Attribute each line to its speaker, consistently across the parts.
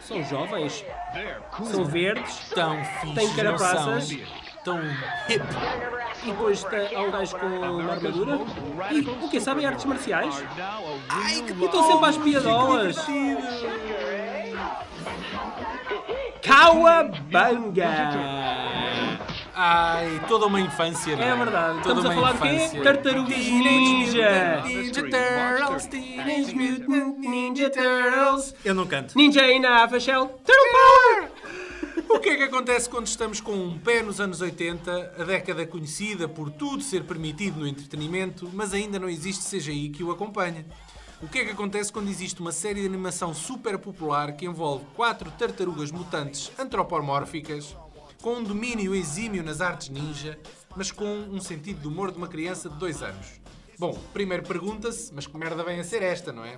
Speaker 1: São jovens, são verdes,
Speaker 2: Tão fixe.
Speaker 1: Tem
Speaker 2: não
Speaker 1: carapaças.
Speaker 2: são? Tão hip.
Speaker 1: e depois tá- há um gajo com uma armadura. E o que sabem artes marciais?
Speaker 2: Ai, que
Speaker 1: E estão sempre às piadolas. Cowabunga!
Speaker 2: Ai, toda uma infância, não
Speaker 1: É verdade,
Speaker 2: Toda
Speaker 1: estamos a
Speaker 2: uma
Speaker 1: falar de quê?
Speaker 2: infância.
Speaker 1: Tartarugas Ninja!
Speaker 2: Ninja Turtles, Teenage Mutant Ninja Turtles. Eu não canto.
Speaker 1: Ninja in a half a shell. Turtle power!
Speaker 2: O que é que acontece quando estamos com um pé nos anos 80, a década conhecida por tudo ser permitido no entretenimento, mas ainda não existe CGI que o acompanhe? O que é que acontece quando existe uma série de animação super popular que envolve quatro tartarugas mutantes antropomórficas, com um domínio exímio nas artes ninja, mas com um sentido de humor de uma criança de 2 anos? Bom, primeiro pergunta-se, mas que merda vem a ser esta, não é?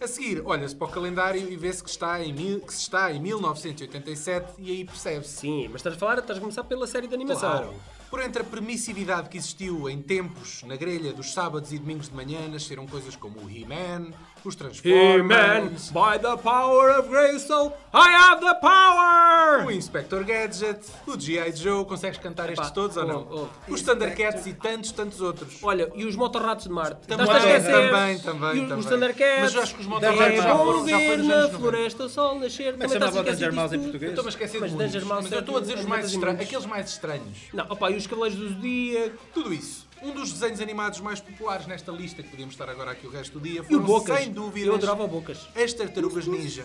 Speaker 2: A seguir, olha-se para o calendário e vê-se que, está em mil- que se está em 1987 e aí percebe-se.
Speaker 1: Sim, mas estás a falar, estás a começar pela série de animação.
Speaker 2: Claro. Por entre a permissividade que existiu em tempos na grelha dos sábados e domingos de manhã, nasceram coisas como o He-Man, os
Speaker 1: He-Man,
Speaker 2: Transformers,
Speaker 1: by the power of Grayskull, I have the power!
Speaker 2: o Inspector Gadget, o G.I. Joe, consegues cantar estes todos ou não?
Speaker 1: oh, oh.
Speaker 2: Os Thundercats e tantos, tantos outros.
Speaker 1: Olha, e os motorratos de Marte?
Speaker 2: Também,
Speaker 1: Estás a esquecer?
Speaker 2: também, também,
Speaker 1: E os, os
Speaker 2: também.
Speaker 1: Thundercats?
Speaker 2: Mas eu acho que os motorratos
Speaker 1: é
Speaker 2: já foram-
Speaker 1: bom
Speaker 2: já foi nos
Speaker 1: ver
Speaker 2: anos
Speaker 1: na
Speaker 2: 90.
Speaker 1: floresta o sol nascer. Também estás a
Speaker 3: chamava
Speaker 1: esquecer
Speaker 3: Danger Mouse
Speaker 1: disso
Speaker 3: em
Speaker 1: tudo?
Speaker 3: português?
Speaker 2: Eu estou-me a esquecer
Speaker 1: Mas
Speaker 2: de muitos,
Speaker 1: Danger Mouse
Speaker 2: mas eu estou a dizer os
Speaker 1: é
Speaker 2: mais
Speaker 1: das
Speaker 2: estranhos,
Speaker 1: imagens.
Speaker 2: aqueles mais estranhos.
Speaker 1: Não, opa, e os Cavaleiros do Zodíaco?
Speaker 2: Tudo isso. Um dos desenhos animados mais populares nesta lista que podíamos estar agora aqui o resto do dia
Speaker 1: E o
Speaker 2: foram,
Speaker 1: Bocas?
Speaker 2: sem dúvidas,
Speaker 1: Eu adorava o Bocas.
Speaker 2: as Tartarugas Ninja.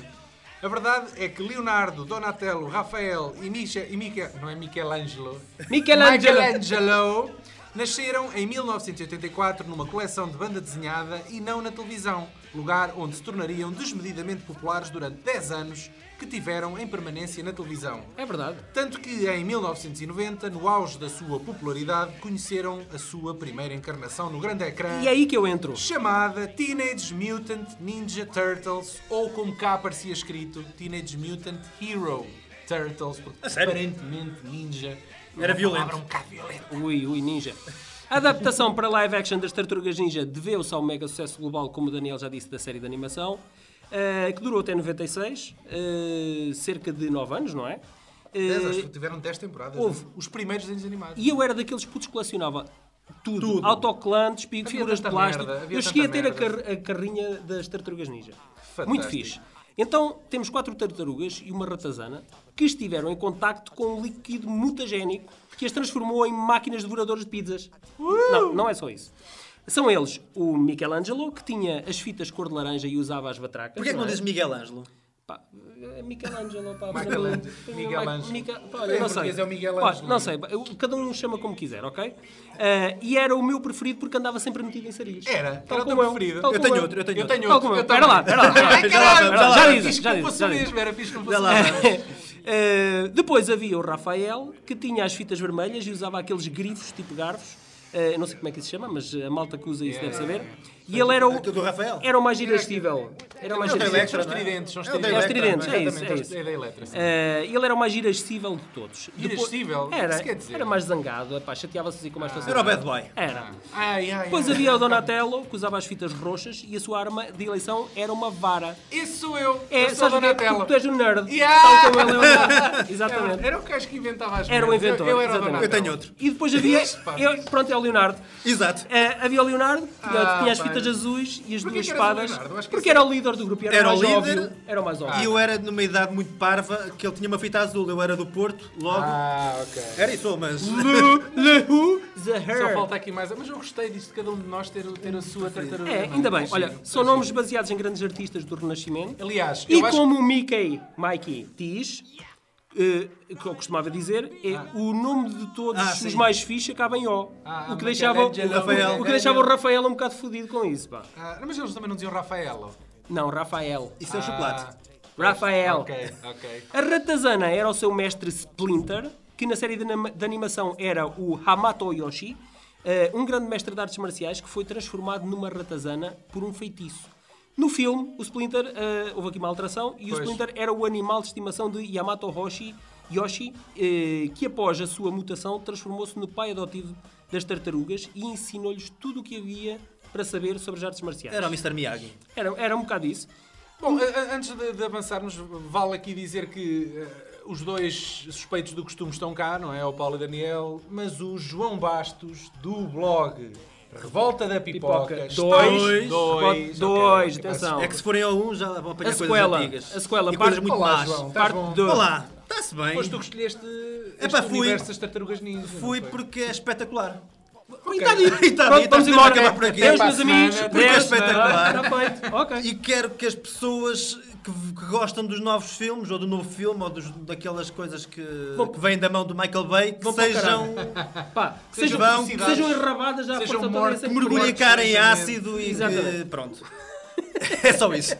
Speaker 2: A verdade é que Leonardo, Donatello, Rafael e Misha e Mica, não é Michelangelo,
Speaker 1: Michelangelo.
Speaker 2: Michelangelo nasceram em 1984 numa coleção de banda desenhada e não na televisão, lugar onde se tornariam desmedidamente populares durante 10 anos que tiveram em permanência na televisão.
Speaker 1: É verdade.
Speaker 2: Tanto que em 1990, no auge da sua popularidade, conheceram a sua primeira encarnação no grande ecrã,
Speaker 1: E é aí que eu entro.
Speaker 2: chamada Teenage Mutant Ninja Turtles, ou como cá aparecia escrito, Teenage Mutant Hero Turtles, porque
Speaker 3: sério?
Speaker 2: aparentemente ninja é
Speaker 3: Era
Speaker 2: uma
Speaker 3: violento.
Speaker 2: palavra um bocado violenta.
Speaker 1: Ui, ui, ninja. A adaptação para live action das Tartarugas Ninja deveu-se ao mega sucesso global, como o Daniel já disse, da série de animação, eh, que durou até 96, eh, cerca de 9 anos, não é? Eh,
Speaker 2: Dez, acho que tiveram 10 temporadas.
Speaker 1: Houve.
Speaker 2: não? Os primeiros desenhos animados.
Speaker 1: E eu era daqueles putos que colecionava tudo.
Speaker 3: Tudo.
Speaker 1: Autocolantes, pi- figuras de
Speaker 2: tanta
Speaker 1: plástico.
Speaker 2: merda, havia
Speaker 1: eu cheguei a ter
Speaker 2: tanta
Speaker 1: a, car- a carrinha das tartarugas ninja.
Speaker 2: Fantástico.
Speaker 1: Muito fixe. Então, temos quatro tartarugas e uma ratazana que estiveram em contacto com um líquido mutagénico que as transformou em máquinas devoradoras de pizzas.
Speaker 2: Uh!
Speaker 1: Não, não é só isso. São eles o Michelangelo, que tinha as fitas cor de laranja e usava as batracas.
Speaker 3: Porquê que não
Speaker 1: é?
Speaker 3: dizes Miguel Ângelo?
Speaker 1: Pá, é Michelangelo, pá.
Speaker 2: Michelangelo.
Speaker 1: para mim,
Speaker 2: Miguel
Speaker 1: Mi-
Speaker 2: Ângelo.
Speaker 1: Mica- pá,
Speaker 2: Em
Speaker 1: olha, não sei.
Speaker 2: português é o Miguel
Speaker 1: Pá,
Speaker 2: Ângelo.
Speaker 1: Não sei, pá, eu- cada um chama como quiser, ok? Ah, e era o meu preferido porque andava sempre metido em sarilhos.
Speaker 2: Era,
Speaker 1: Tal
Speaker 2: era o teu
Speaker 1: como
Speaker 2: preferido.
Speaker 1: tal
Speaker 3: Eu
Speaker 1: como
Speaker 3: tenho outro, eu tenho
Speaker 2: Eu
Speaker 3: outro.
Speaker 2: tenho
Speaker 1: Tal como
Speaker 2: outro.
Speaker 1: eu.
Speaker 2: Eu tenho
Speaker 1: Pera lá,
Speaker 2: outro.
Speaker 1: pera lá. Já
Speaker 2: Ai, caralho,
Speaker 1: disse, já
Speaker 2: era
Speaker 1: disse,
Speaker 2: fixe
Speaker 1: já
Speaker 2: que
Speaker 1: disse,
Speaker 2: fosse
Speaker 1: já
Speaker 2: mesmo,
Speaker 1: disse.
Speaker 2: Era fixe que não
Speaker 3: Dá
Speaker 2: fosse
Speaker 3: lá.
Speaker 1: Ah, depois havia o Rafael, que tinha as fitas vermelhas e usava aqueles grifos, tipo garfos. Ah, não sei como é que isso se chama, mas a malta que usa isso deve saber. E ele era o,
Speaker 3: Aquilo do Rafael?
Speaker 1: era o mais irascível. Era o mais
Speaker 2: São
Speaker 3: da
Speaker 1: irascível.
Speaker 3: Electra,
Speaker 2: os
Speaker 3: não é?
Speaker 2: tridentes, são os
Speaker 3: É o da
Speaker 2: tridentes.
Speaker 1: Electra, não é?
Speaker 2: Exatamente,
Speaker 1: É isso, é
Speaker 2: é da Electra, sim.
Speaker 1: Eh, ele era o mais irascível de todos. Depois-
Speaker 2: Irascível?
Speaker 1: Era,
Speaker 2: Isso quer dizer? Ah.
Speaker 1: era mais zangado, epá, chateava-se assim com mais facilidade.
Speaker 3: Era o bad boy.
Speaker 1: Era.
Speaker 2: Ai, ai,
Speaker 1: Depois
Speaker 2: ai.
Speaker 1: havia o Donatello, que usava as fitas roxas e a sua arma de eleição era uma vara.
Speaker 2: Esse sou eu.
Speaker 1: É,
Speaker 2: eu sou a
Speaker 1: sabes porquê?
Speaker 2: Donatella.
Speaker 1: Porque tu és um nerd.
Speaker 2: Yeah!
Speaker 1: Tal como ele é um nerd.
Speaker 2: Era,
Speaker 1: Exatamente.
Speaker 2: era o gajo que inventava as
Speaker 1: Era o
Speaker 2: merdas.
Speaker 1: inventor,
Speaker 2: Eu, eu era o
Speaker 1: exatamente.
Speaker 2: Donatello.
Speaker 3: Eu tenho outro.
Speaker 1: E depois havia.
Speaker 2: Isso, pá.
Speaker 1: eu- pronto, é o Leonardo.
Speaker 3: Exato.
Speaker 1: Eh, havia o Leonardo, que
Speaker 2: Ah,
Speaker 1: tinha as
Speaker 2: pá.
Speaker 1: fitas azuis e as
Speaker 2: Porquê
Speaker 1: duas
Speaker 2: que eras o
Speaker 1: espadas.
Speaker 2: Leonardo? Eu acho que
Speaker 1: Porque
Speaker 2: esse-
Speaker 1: era o líder do grupo, e era,
Speaker 3: Era
Speaker 1: o
Speaker 3: o
Speaker 1: mais
Speaker 3: líder.
Speaker 1: óbvio. Era o mais óbvio.
Speaker 3: E eu era numa idade muito parva que ele tinha uma fita azul. Eu era do Porto, logo.
Speaker 2: Ah, ok.
Speaker 3: Era isso, mas.
Speaker 1: Le Who, The
Speaker 2: Só
Speaker 1: Her.
Speaker 2: falta aqui mais. Mas eu gostei disto de cada um de nós ter, ter a sua tartaruga.
Speaker 1: É,
Speaker 2: não
Speaker 1: ainda bem.
Speaker 2: Tá
Speaker 1: Olha,
Speaker 2: giro,
Speaker 1: são
Speaker 2: tá
Speaker 1: nomes baseados em grandes artistas do Renascimento.
Speaker 2: giro. Aliás,
Speaker 1: E
Speaker 2: eu acho
Speaker 1: como o Mickey Mikey diz, eh, que eu costumava dizer, é o nome de todos
Speaker 3: Ah,
Speaker 1: os
Speaker 3: sim.
Speaker 1: mais fixe acaba em O.
Speaker 2: Ah,
Speaker 1: o, que deixava,
Speaker 2: Michelangelo,
Speaker 1: o,
Speaker 3: Rafael.
Speaker 1: o que deixava o Rafael um bocado fodido com isso, pá.
Speaker 2: que. Ah, mas eles também não diziam Rafaelo.
Speaker 1: Não, Rafael. Ah.
Speaker 3: Isso é o chocolate.
Speaker 1: Rafael.
Speaker 2: Ah, Ok, ok.
Speaker 1: A Ratazana era o seu mestre Splinter, que na série de anima- de animação era o Hamato Yoshi, eh, um grande mestre de artes marciais que foi transformado numa ratazana por um feitiço. No filme, o Splinter, eh, houve aqui uma alteração, e o
Speaker 2: Pois.
Speaker 1: Splinter era o animal de estimação de Yamato Hoshi, Yoshi, eh, que após a sua mutação transformou-se no pai adotivo das tartarugas e ensinou-lhes tudo o que havia para saber sobre as artes marciais.
Speaker 3: Era o Mr. Miyagi.
Speaker 1: Era, era um bocado isso.
Speaker 2: Bom, a- a- antes de, de avançarmos, vale aqui dizer que eh, os dois suspeitos do costume estão cá, não é? O Paulo e Daniel, mas o João Bastos, do blog Revolta da Pipoca,
Speaker 1: Pipoca.
Speaker 2: está-
Speaker 1: Dois.
Speaker 3: Dois.
Speaker 2: dois,
Speaker 1: Dois,
Speaker 2: ok, ok,
Speaker 1: atenção.
Speaker 2: peço-
Speaker 3: É que se forem a um já vão apanhar
Speaker 1: Ah. A sequela,
Speaker 3: coisas antigas.
Speaker 1: a sequela,
Speaker 3: E coisas
Speaker 1: parte-
Speaker 3: muito
Speaker 2: Olá,
Speaker 3: más.
Speaker 2: João. Estás
Speaker 1: Parte
Speaker 2: bom?
Speaker 1: 2.
Speaker 3: Olá, está-se bem.
Speaker 2: Pois tu que escolheste este
Speaker 3: Epá, fui.
Speaker 2: universo das tartarugas ninja.
Speaker 3: Fui
Speaker 2: não foi?
Speaker 3: porque é espetacular.
Speaker 1: E está dito.
Speaker 3: E tá
Speaker 1: Pronto, vamos
Speaker 3: dito, podemos
Speaker 1: embora.
Speaker 3: acabar por aqui.
Speaker 1: Adeus,
Speaker 2: Até
Speaker 1: meus
Speaker 2: para a
Speaker 1: amigos.
Speaker 2: semana.
Speaker 1: Adeus.
Speaker 3: Porque é espetacular.
Speaker 1: Está feito. Ok.
Speaker 3: E quero que as pessoas que, que gostam dos novos filmes, ou do novo filme, ou dos- daquelas coisas que,
Speaker 1: Vão-
Speaker 3: que vêm da mão do Michael Bay, que
Speaker 1: Vão para o
Speaker 3: sejam.
Speaker 1: Pá, que
Speaker 2: Sejam
Speaker 1: sejam, que
Speaker 2: felicidades.
Speaker 1: sejam enrabadas já à
Speaker 2: Sejam
Speaker 1: força toda
Speaker 2: mortos,
Speaker 1: essa
Speaker 3: que mergulhem a cara em
Speaker 2: Exatamente.
Speaker 3: ácido e
Speaker 1: Exatamente.
Speaker 3: que. Pronto. É só isso.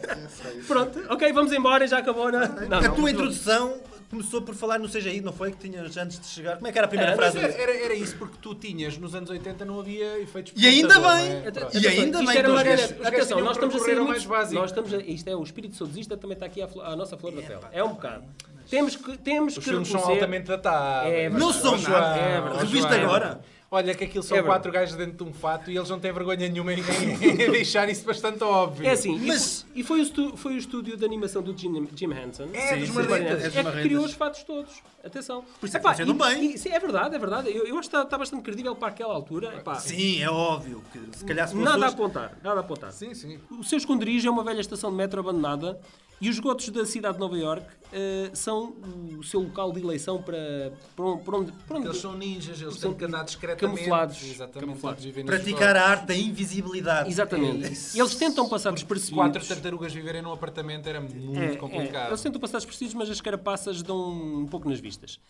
Speaker 1: Pronto, ok, vamos embora, já acabou, não é? Não,
Speaker 3: a
Speaker 1: não.
Speaker 3: tua introdução começou por falar no CGI, não foi? Que tinhas antes de chegar. Como é que era a primeira
Speaker 1: É,
Speaker 2: Mas
Speaker 3: frase?
Speaker 2: era, era- era isso, porque tu tinhas, nos anos 80 não havia efeitos
Speaker 3: E ainda
Speaker 2: computador,
Speaker 3: bem.
Speaker 2: não é? Pronto.
Speaker 1: Atenção,
Speaker 3: E
Speaker 1: isto
Speaker 3: ainda bem
Speaker 1: era
Speaker 3: que
Speaker 1: uma
Speaker 3: os
Speaker 1: grande-
Speaker 2: gajos- os gajos
Speaker 1: Atenção,
Speaker 2: tinham
Speaker 1: nós estamos a ser
Speaker 2: percorrer ao
Speaker 1: muito,
Speaker 2: mais básico.
Speaker 1: Nós estamos a, isto é o espírito saudosista também está aqui à, flo- à nossa flor da pele. É um bocado. Temos que temos
Speaker 2: Os
Speaker 1: que
Speaker 2: filmes são
Speaker 1: reconhecer-
Speaker 2: altamente datados.
Speaker 1: É verdade.
Speaker 3: Não são
Speaker 2: Ó,
Speaker 3: nada.
Speaker 2: João,
Speaker 1: É
Speaker 2: ó,
Speaker 1: verdade.
Speaker 3: Revista
Speaker 2: João.
Speaker 3: agora.
Speaker 2: Olha que aquilo são
Speaker 1: É verdade.
Speaker 2: quatro gajos dentro de um fato e eles não têm vergonha nenhuma em, em deixar isso bastante óbvio.
Speaker 1: É assim, e
Speaker 3: Mas-
Speaker 1: fo- e foi o, estu- foi o estúdio de animação do Jim, Jim Henson.
Speaker 2: É,
Speaker 1: Sim,
Speaker 2: dos
Speaker 1: sim.
Speaker 2: marretas.
Speaker 1: É
Speaker 3: É
Speaker 1: que
Speaker 3: dos
Speaker 1: criou
Speaker 3: marretas.
Speaker 1: os fatos todos. Atenção. Por
Speaker 3: isso é que funcionam bem.
Speaker 1: é verdade, é verdade. Eu, eu acho que está, está bastante credível para aquela altura. Epá,
Speaker 3: Sim, é óbvio que se calhar se fosse
Speaker 1: Nada a
Speaker 3: hoje-
Speaker 1: apontar, nada a apontar.
Speaker 2: Sim, sim.
Speaker 1: O seu esconderijo é uma velha estação de metro abandonada e os esgotos da cidade de Nova Iorque eh, são o seu local de eleição para, para onde... Para onde, para onde-
Speaker 2: Eles são ninjas, eles
Speaker 1: São
Speaker 2: têm que andar discretamente.
Speaker 1: camuflados.
Speaker 2: Exatamente.
Speaker 1: Camuflados.
Speaker 2: vivem nos
Speaker 3: Praticar a arte da invisibilidade. É
Speaker 1: Exatamente. Eles tentam passar
Speaker 2: blocos. Quatro
Speaker 1: despercebidos.
Speaker 2: tartarugas viverem num apartamento era muito
Speaker 1: É, é.
Speaker 2: complicado.
Speaker 1: Eles tentam passar despercebidos, mas as carapaças dão um pouco nas vistas.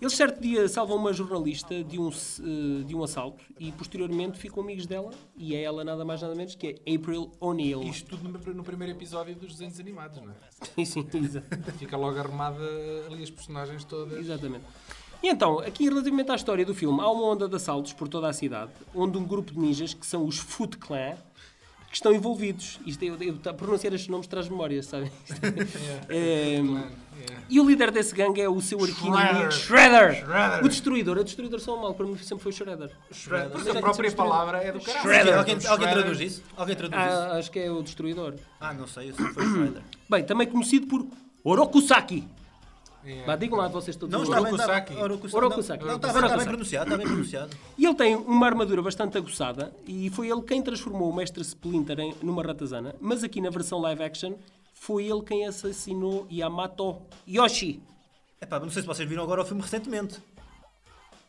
Speaker 1: Eles, certo dia, salvam uma jornalista de um, s- eh, de um assalto e, posteriormente, ficam amigos dela. E é ela, nada mais nada menos, que é April O'Neil.
Speaker 2: Isto tudo no, no primeiro episódio dos desenhos animados, não é?
Speaker 1: Sim, sim, exato.
Speaker 2: Fica logo arrumada ali as personagens todas.
Speaker 1: Exatamente. E então, aqui relativamente à história do filme, há uma onda de assaltos por toda a cidade, onde um grupo de ninjas, que são os Foot Clan, que estão envolvidos. Isto é, eu, eu, pronunciar estes nomes traz memória, sabem? É,
Speaker 2: Yeah.
Speaker 1: e o líder desse gangue é o seu arquinimigo
Speaker 2: Shredder.
Speaker 1: Shredder.
Speaker 2: Shredder.
Speaker 1: O Destruidor. A Destruidor só o mal, para mim sempre foi o Shredder.
Speaker 2: Shredder. Porque a própria palavra é do caralho.
Speaker 3: Sim,
Speaker 1: Shredder.
Speaker 3: Alguém, alguém
Speaker 2: Shredder.
Speaker 3: traduz isso? Alguém traduz isso?
Speaker 1: Ah, acho que é o Destruidor.
Speaker 3: Ah, não sei, eu sei que foi Shredder.
Speaker 1: Bem, também conhecido por Orokusaki.
Speaker 2: Yeah.
Speaker 1: Vá, digam lá vocês todos.
Speaker 3: Não
Speaker 1: os
Speaker 3: está bem, está
Speaker 2: Orokusaki.
Speaker 3: bem. Orokusaki.
Speaker 1: Orokusaki.
Speaker 3: Não, não, está bem, está
Speaker 1: Orokusaki.
Speaker 3: bem pronunciado, está bem pronunciado.
Speaker 1: E ele tem uma armadura bastante aguçada e foi ele quem transformou o mestre Splinter em, numa ratazana, mas aqui na versão live action foi ele quem assassinou Yamato Yoshi.
Speaker 3: Epá, não sei se vocês viram agora o filme recentemente.